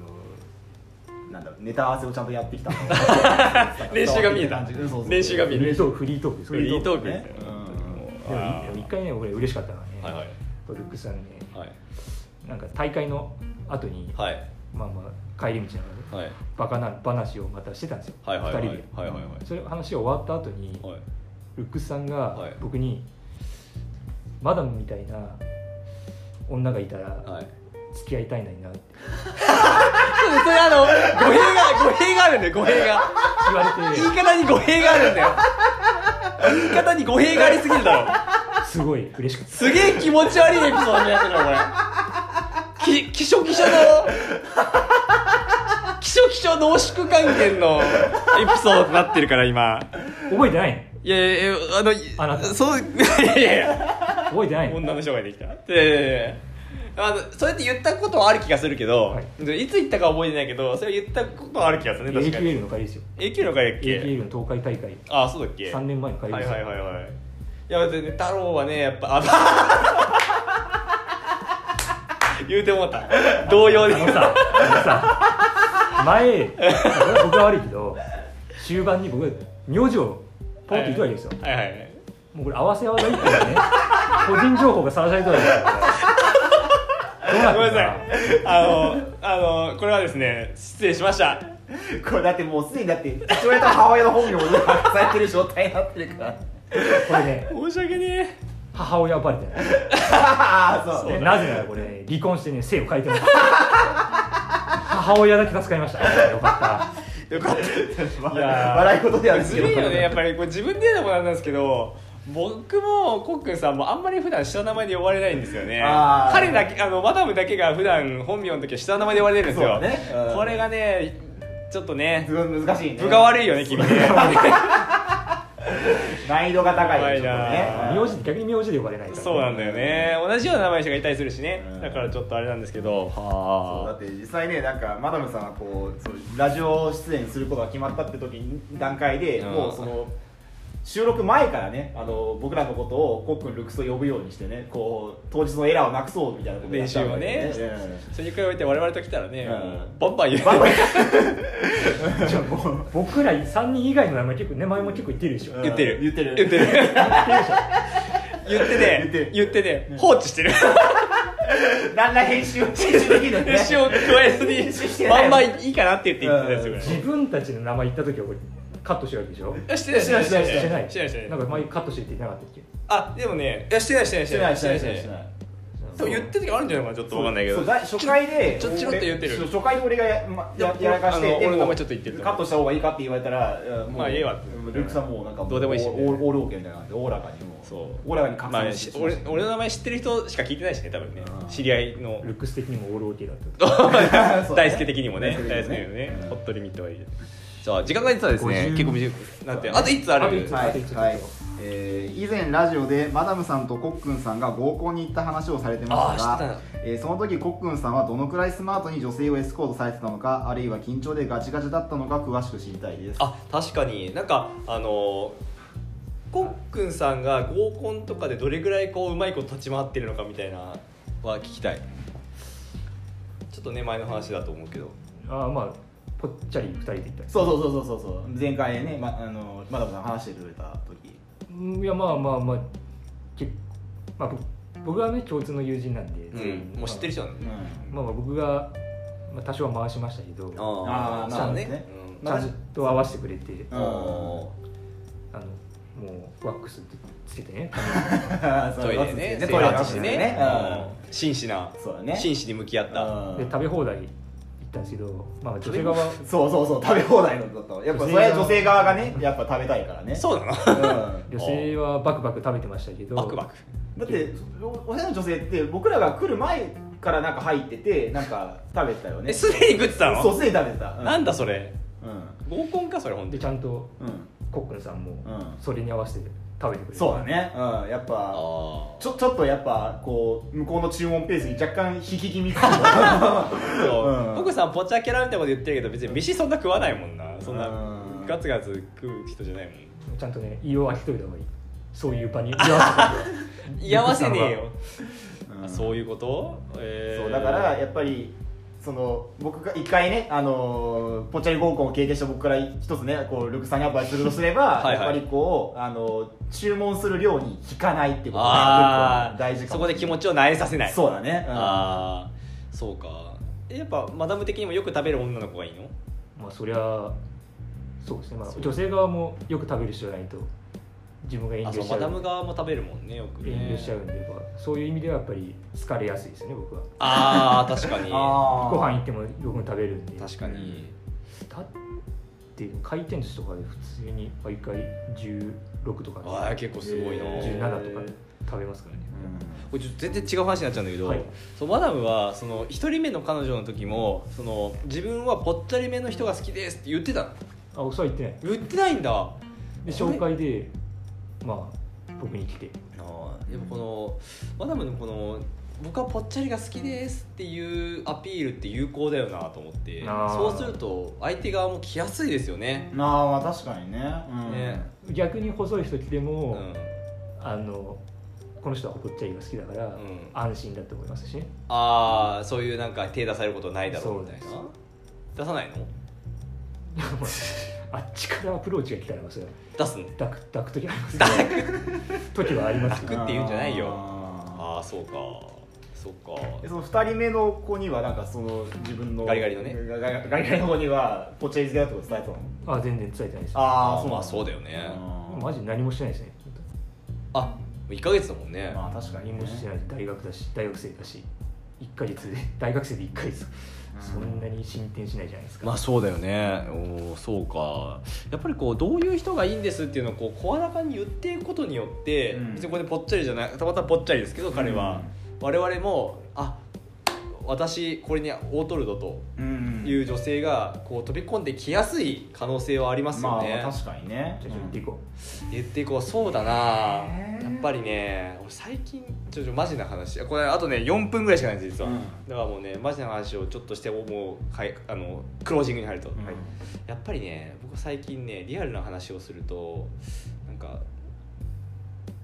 B: なんだろうネタ合わせをちゃんとやってきた
A: 練習が見えた
B: そうそうそう
A: 練習が見え
C: フリートークフリートークです
A: フリートークです
B: ね
A: よ、
B: うん
A: もう
C: でも
A: あ
C: 一回ね俺嬉しかったのはね、
A: ーはいはい
C: ルックスさんね
A: はい
C: なんか大会の後に、
A: はい
C: まあまあ帰り道なので
A: はい
C: バカな話をまたしてたんですよ、
A: はいはいはい
C: 2人で、
A: はいはいはい
C: それ話が終わった後に、
A: はい
C: ルックスさんが
A: はい
C: 僕に、マダムみたいな女がいた
A: は
C: ら
A: い
C: 付き合いたいのになって
A: それそれあの語弊が語弊があるんだよ語弊が
C: 言われて
A: 言い方に語弊があるんだよ言い方に語弊がありすぎるだろ
C: すごい嬉しかった
A: すげえ気持ち悪いエピソードになってるなこれききしょきしょのきしょきしょ濃縮還元のエピソードになってるから今
C: 覚えてない
A: いやいやいやあの
C: あなた
A: そういやいや
C: の覚えてないの
A: 女の人ができたいやいやいやあのそうやって言ったことはある気がするけど、、
C: はい
A: つ言ったか覚えてないけどそれ言ったことはある気がするね確かに
C: AQL の帰りですよ
A: AQ の会だっけ
C: AQL の東海大会
A: ああそうだっけ
C: 3年前の帰り
A: は
C: で
A: い
C: すよ、
A: はいはいはいいや別にね太郎はねやっぱあ言うてもうた同様で
C: あのさ、あのさ、前、これは僕は悪いけど、終盤に僕、名字をポンって言ったわけですよ。
A: はいはいはい
C: もうこれ、合わせ技一本でね、 個人情報がさらされたわけだから、どうな
A: ごめ
C: っ
A: んな
C: てんだ
A: さい
C: ろう
A: あのあのこれはですね失礼しました
B: これだってもうすでにだって父親と母親の本名を隠されてる状態になってるから
C: これね、
A: 申し訳ね
C: 母親はバレてない。
B: ああそう
C: ねなぜならこれ、ね、離婚してね姓を変えてます母親だけ助かりましたよかっ
B: よかった
A: いやー
B: 笑い事では
A: え
B: ない
A: ずるいよねやっぱりこれ自分で言うのもなんですけど僕もコックンさんもあんまり普段下の名前で呼ばれないんですよね
B: あー
A: 彼だけあのマダムだけが普段本名の時は下の名前で呼ばれてるんですよ、
B: そうだねうん
A: これがねちょっとね
B: 難しいね
A: 分が悪いよね君ね
B: 難易度が高い
A: 高いな
B: ねちょっとね
C: た名字逆に名字で呼ばれないか ら、
A: そうなんだよね同じような名前の人がいたりするしね、
B: うん
A: だからちょっとあれなんですけど
B: そう
A: は
B: だって実際ねなんかマダムさんはこうそうラジオ出演することが決まったって時に段階で、
A: うん
B: もうその収録前からねあの僕らのことをコックンルックスを呼ぶようにしてねこう当日のエラーをなくそうみたいなことやったわけで
A: 練習をあそれに比べて我々と来たらね、
B: うん
A: バンバン言う
B: バンバン
C: じゃあもう僕ら3人以外の名前結構名前も結構言ってるでしょ、
B: うん
C: 言
A: 言ってる
B: 言ってる
A: 言ってる
C: ってるでしょ
A: 言って
B: 言って
A: ね
B: る
A: 言ってね放置してる
B: うんだんだん編集を編集できるんだよね
A: 飯を加えず
B: 編集して
A: に
B: ない
A: バンバンいいかなって言って言ってたやつぐらい
C: 自分たちの名前言った時はこれカットしてるわけでしょ
A: あしてないしてないしてない
C: してない
A: してないして
C: な
A: なんい
C: か前カットしてって言ってなかったっけ
A: あでもねいやしてないしてない
B: してないしてないしてないして
A: ない
B: ない
A: そう言ってる時あるんじゃないかなちょっとわかんないけど
B: そうだ初回で
A: ちょちょろっと言ってる
B: そう初回で俺がや,、ま、や
A: いや
B: やらか
A: あ
B: して
A: の
B: で
A: 俺の名前ちょっと言ってる
B: カットした方がいいかって言われたらいやもう
A: まあええわって
B: ルークさんもうなんか
A: どうでもいいし
B: オールオールオーケーみたいな感じでおおらかにも
A: そう
B: おおらかに拡
A: まあ
B: 散
A: ね
B: してしま
A: 俺
B: した
A: 俺の名前知ってる人しか聞いてないしね多分ね
B: うん
A: 知り合いの
C: ルックス的にもオールオーケーだった
B: そう
A: 大輔的にもね大
B: 大
A: 輔に
B: 輔的
A: も
B: にも
A: ね
B: ね
A: ホットリミットはいいじゃあ時間が実はですね
C: 50
A: 結構短くなってあと1つあ
C: あと
A: る
C: 一つ
B: はい、はいえー以前ラジオでマダムさんとコックンさんが合コンに行った話をされてました
A: あー知
B: が
A: っ
B: えーその時コックンさんはどのくらいスマートに女性をエスコートされてたのかあるいは緊張でガチガチだったのか詳しく知りたいです
A: あ確かになんかあのコックンさんが合コンとかでどれぐらいこううまいこと立ち回ってるのかみたいなは聞きたいちょっとね前の話だと思うけど
C: ああまあぽっちゃり2人で行ったんです
B: そうそうそうそうそうそう前回ね、ま、あのマダムさん話してくれた時
C: うんいやまあまあまあ結構まあ僕僕はね共通の友人なんで、全員
A: もう知ってる人なんだね
B: う
C: まあ、まあ僕が、まあ、多少は回しましたけど
B: あー
A: そうだ
B: なる
A: ね
B: ほ
C: ちゃんと合わせてくれて、
A: うん
B: どね
A: お
C: あのもうワックスつけてね
A: ートイレね
B: ト
A: 整
B: イレ
A: 髪してね
B: うん
A: うん真摯な
B: そうだね
A: 真摯に向き合った
B: うん
C: で食べ放題行ったんですけど、まあ、女性側
B: そうそうそう食べ放題のだとやっぱそれは女性側がねやっぱ食べたいからね
A: そうなの
B: うんだ
C: 女性はバクバク食べてましたけ ど
A: バクバク
B: っておお部屋の女性って僕らが来る前からなんか入っててなんか食べてたよね
A: えすでに食ってた
B: そ
A: の
B: うすでに食べてた
A: なん
B: だ
A: だそれ
B: うん
A: 合コンかそれ本当
C: で
A: に
C: ちゃんと
B: うん
C: コックンさんも
B: うん
C: それに合わせて食べてくれて、
B: そうだねうんやっ
A: あ
B: ぱ
A: あ
B: ちょちょっとやっぱこう向こうの注文ペースに若干引き気 味
A: そう
B: うん
A: 僕さポチャキャラみたいなこと言ってるけど別に飯そんな食わないもんなそんな
B: うん
A: ガツガツ食う人じゃないもん
C: ちゃんとね胃を開けといた方がいいそういう場に居合わせてくれて
A: 居合わせねえよ、
B: うん
A: あそういうこと、えー
B: そうだからやっぱりその僕が一回ね、あのーポチャリ合コンを経験した僕から一つねこうルクさんにアドバイスするとすれば
A: はいはい
B: やっぱりこう、あのー注文する量に引かないってことが
A: あ
B: 結構
A: あ
B: 大事かもしれない
A: そこで気持ちを萎えさせない
B: そうだね、うん
A: ああそうかえやっぱマダム的にもよく食べる女の子がいいの
C: まあそりゃそうですね、まあ、女性側もよく食べる人じゃないと自分が遠
A: あ
C: 慮
A: そう
C: しち
A: マ
C: ゃう
A: ダム側も食べるもんねよくね
C: 遠慮しちゃうんで、まあそういう意味ではやっぱり好かれやすいですね僕は
A: ああ確かに
B: あー
C: ご飯行っても僕も食べるんで
A: 確かに
C: だって回転寿司とかで普通に毎回16とかね
A: ああ結構すごいな、
B: へー
C: 17とかで食べますからね
A: これちょっと全然違う話になっちゃうんだけど、
C: はい
A: そうマダムはその一人目の彼女の時もその自分はぽっちゃりめの人が好きですって言ってたの
C: あおそは行ってない
A: 言ってないんだあ
C: で
A: これ
C: 紹介でまあ僕に来て
A: ーでもこのマダムのこの僕はぽっちゃりが好きですっていうアピールって有効だよなと思って
C: あー
A: そうすると相手側も来やすいですよね、
B: うんああまあ確かにね,、うん、
A: ね
C: 逆に細い人来て
A: う
C: も、
A: ん、
C: あのこの人はぽっちゃりが好きだから、
A: ん
C: 安心だって思 いますしね
A: ああそういうなんか手出されることないだろうみたいな
C: そうで
A: 出さないの
C: あっちからアプローチが来たらますよ
A: 出すの
C: 抱く抱く時あります
A: 抱
C: 時はありますよ
A: 抱くって言うんじゃないよ
B: あ
A: ああそうかそう
B: ー
A: か
B: でその2人目の子にはなんかその自分の
A: ガリガリのね
B: ガガガリガリの子にはポチャイズだよってこと伝えたの
C: あ全然伝えてないです
B: あ
A: まあ
B: そ
A: そううだよね
C: マジ何もしてないですね
A: あ一1か月だもんね、
B: まあ確か
C: 何
B: にね
C: もしてない大学だし大学生だし1ヶ月で大学生で1ヶ月そんなに進展しないじゃないですか、
A: まあそうだよねおーそうかやっぱりこうどういう人がいいんですっていうのをこう声高に言っていくことによって、
B: うん
A: 別にこれでぽっちゃりじゃないたまたまぽっちゃりですけど彼は、我々もあ私これに劣るぞと
B: うん
A: いう女性がこう飛び込んできやすい可能性はありますよ
B: まあ
A: ね、
B: 確かにね
C: じゃあちょっと言っていこ
A: 言っていこうそうだな
B: へー
A: やっぱりね俺最近ちょちょマジな話これあとね4分ぐらいしかないんです実は、
B: うん
A: だからもうねマジな話をちょっとしてもうはいあのクロージングに入ると、
B: うん
A: はいやっぱりね僕最近ねリアルな話をするとなんか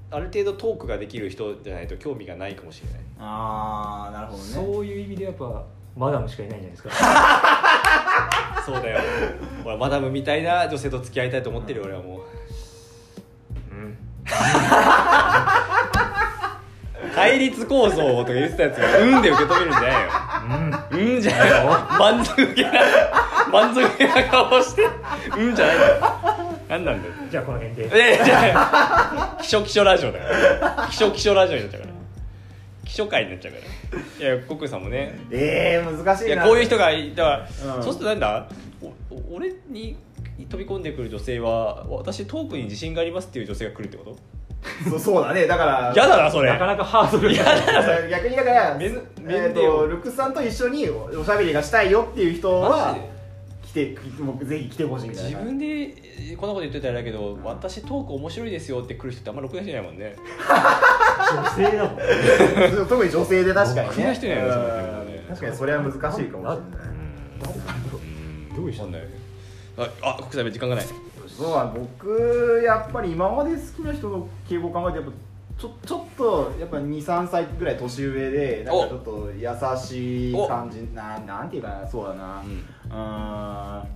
A: ある程度トークができる人じゃないと興味がないかもしれない
B: ああなる
C: う、
B: ほどね
C: そういう意味でやっぱマダムしかいないじゃないですか
A: そうだよ俺マダムみたいな女性と付き合いたいと思ってるよ俺はもう
C: うん
A: 対立構造とか言ってたやつが「うん」で受け止めるんじゃないよ
C: うん
A: うんじゃないよ満足げな満足げな顔してうんじゃないんだよ何なんだよ
C: じゃあこの辺で
A: ええじゃあ気象気象ラジオだから気象気象ラジオになっちゃうから気象会になっちゃうからいやコックンさんもね
B: えー、難し
A: い
B: いな
A: やこういう人がいたら、
B: うん
A: そうするとなんだおお俺に飛び込んでくる女性は私トークに自信がありますっていう女性が来るってこと
B: そうそうだねだから
A: 嫌だなそれ
C: なかなかハードルが
B: 逆にだから
A: めん
B: え
A: 面
B: ー
A: 倒
B: とルックスさんと一緒におおしゃべりがしたいよっていう人
A: マ
B: は
A: ジで
B: 来てもうぜひ来てほしいみたい
A: 自
B: な
A: 分でえーこんなこと言ってたらあれだけど、私トーク面白いですよって来る人ってあんまろくな人いないもんね
C: 女性だもん
B: 特に女性で確かに
A: 僕の
B: ね
A: 人にはですね
B: うん確かにそれは難しいかもしれない
A: どういう人ねああ国際弁時間がない
B: そうは僕やっぱり今まで好きな人の傾向を考えてやっぱちょちょっとやっぱ23歳ぐらい年上でなんかちょっと優しい感じななんていうかなそうだなうん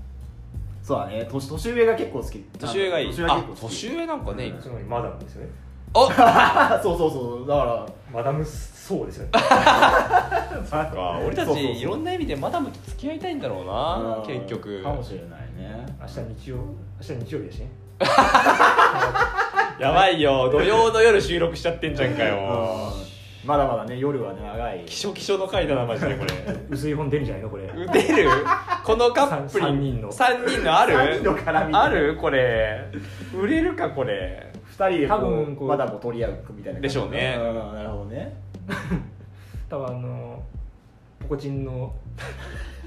B: そうだね年年上が結構好き
A: 年上がいい
B: 年上が
A: あ
B: 結構好き
A: 年上なんかね、
B: うん
C: つまりマダムですよね
A: あ
B: あ そうそうそうだから
C: マダムそう ですよね
A: あ俺た
B: そうそうそう
A: ちいろんな意味でマダムと付き合いたいんだろうな
B: うん
A: 結局
B: かもしれないね
C: 明日日曜明日日曜日だしね
A: やばいよ土曜の夜収録しちゃってんじゃんかよ
B: うんまだまだね夜はね長い
A: 気象気象の回だなマジでこれ
C: 薄い本出るんじゃないのこれ
A: 打てるこのカップリ
C: 三三人の
A: 3人のある
B: 三人の絡み
A: あるこれ売れるかこれ
B: 二人でこ
C: 多分
B: う
C: こう
B: まだも取り合うみたいな感じ
A: でしょうね
B: うんなるほど ね
C: 多分あのポコチンの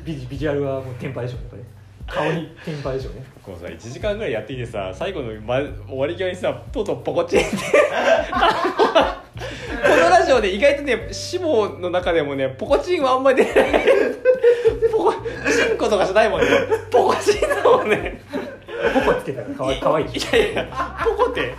C: ビジビジュアルはもうテンパでしょうねこれ顔にテンパでしょうね
A: こうさ1時間ぐらいやってきてさ最後の、ま、終わり際にさとうとうポコチンってこのラジオで意外とね志望の中でもねポコチンはあんまり出ないポコチンコとかじゃないもんねポコチンだもんね
C: ポコつけたらかわいかわいいでしょ
A: いやいやポコって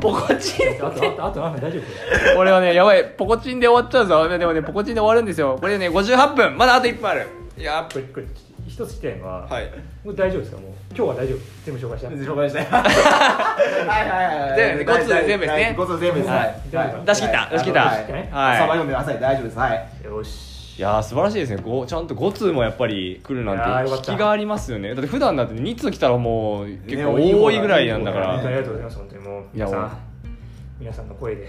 A: ポコチン
C: あとあとあとなんか大丈夫こ れ
A: これはねやばいポコチンで終わっちゃうぞでもねポコチンで終わるんですよこれね58分まだあと1分あるいや
C: これこれ一つ聞きたいのは、
A: はい
C: もう大丈夫ですかもう今日は大丈夫全部紹介した
B: 紹介したいはいはいはい
A: 全部ねごつ全部ですね
B: ごつ全部ですはい
C: はい
B: はい
A: 出し切った
B: はい
A: 出し切った
B: は
A: は
B: い
A: い
B: さば読んでください大丈夫ですはい
C: よし
A: いやー素晴らしいですねごちゃんと5通もやっぱり来る
C: いや
A: なん
C: ーよ
A: て
C: かっ
A: 引
C: た
A: きがありますよねだって普段だって2通来たらもう結構
B: ね
A: 多いぐらいなんだか
B: 多い
A: ら、
B: 方
C: あ
B: だね
C: りがとうございます本当にもう皆
A: い
C: さ
A: やもうん
C: 皆さんの声で
A: う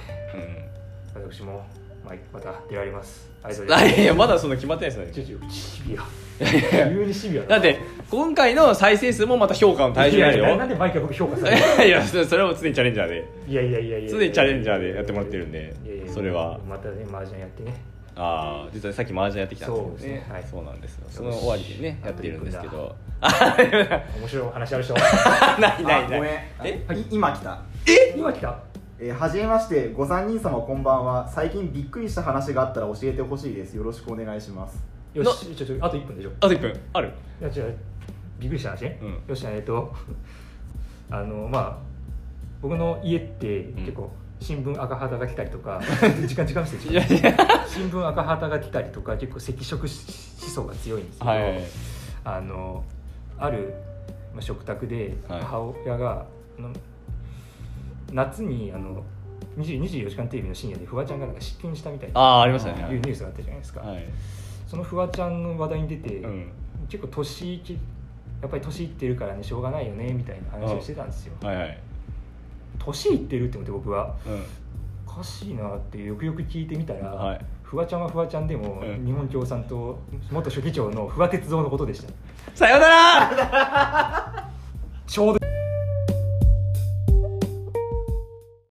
C: 私もまあまた出られますありがとうんございま
A: いやまだそんな決まってないです
C: す
A: よね
C: ちょちょシビア急にシビア
A: だって今回の再生数もまた評価の対象
C: いや
A: で
C: い
A: すよ
C: やなんで毎回僕評価され る
A: いやそれは常にチャレンジャーで
C: いやいやいやいや
A: 常にチャレンジャーでやってもらってるんで
C: いやいやいや
A: それは
C: またね麻雀やってね
A: ああ実はさっきマージャンやってきたんですよ
C: そうですねはい
A: そうなんですよその終わりでねやってるんですけど
C: 面白いお話ある人
A: あないな
B: あ
A: い
B: ご
A: な
B: めん
A: いえ
B: あい今来た
C: 今来た
B: えーはじめましてご三人様こんばんは最近びっくりした話があったら教えてほしいですよろしくお願いします
C: よ
A: な
C: しちょちょあと1分でしょ
A: あと1分ある
C: いや違うびっくりした話ね、
A: うん
C: よしえっとあのまあ僕の家って結構新聞赤旗が来たりとか時間時間して
A: いやいや
C: 新聞赤旗が来たりとか結構赤色思想が強いんですけど、
A: はい
C: あのあるまあ食卓で
A: はい
C: 母親が、あの夏にあの20 24時間テレビの深夜でフワちゃんがなんか失禁したみたい
A: あ
C: な
A: あありましたね
C: い
A: は
C: うニュースがあったじゃないですか、
A: い、はい
C: そのフワちゃんの話題に出て、
A: うん、
C: 結構年いきやっぱり年いってるからねしょうがないよねみたいな話をしてたんですよ
A: はいはい
C: 年いってるって思って僕は
A: うん
C: おかしいなってよくよく聞いてみたら、
A: はい
C: フワちゃんはフワちゃんでも、
A: うん
C: 日本共産党元書記長のフワ鉄三のことでした
A: さようなら
C: ちょうど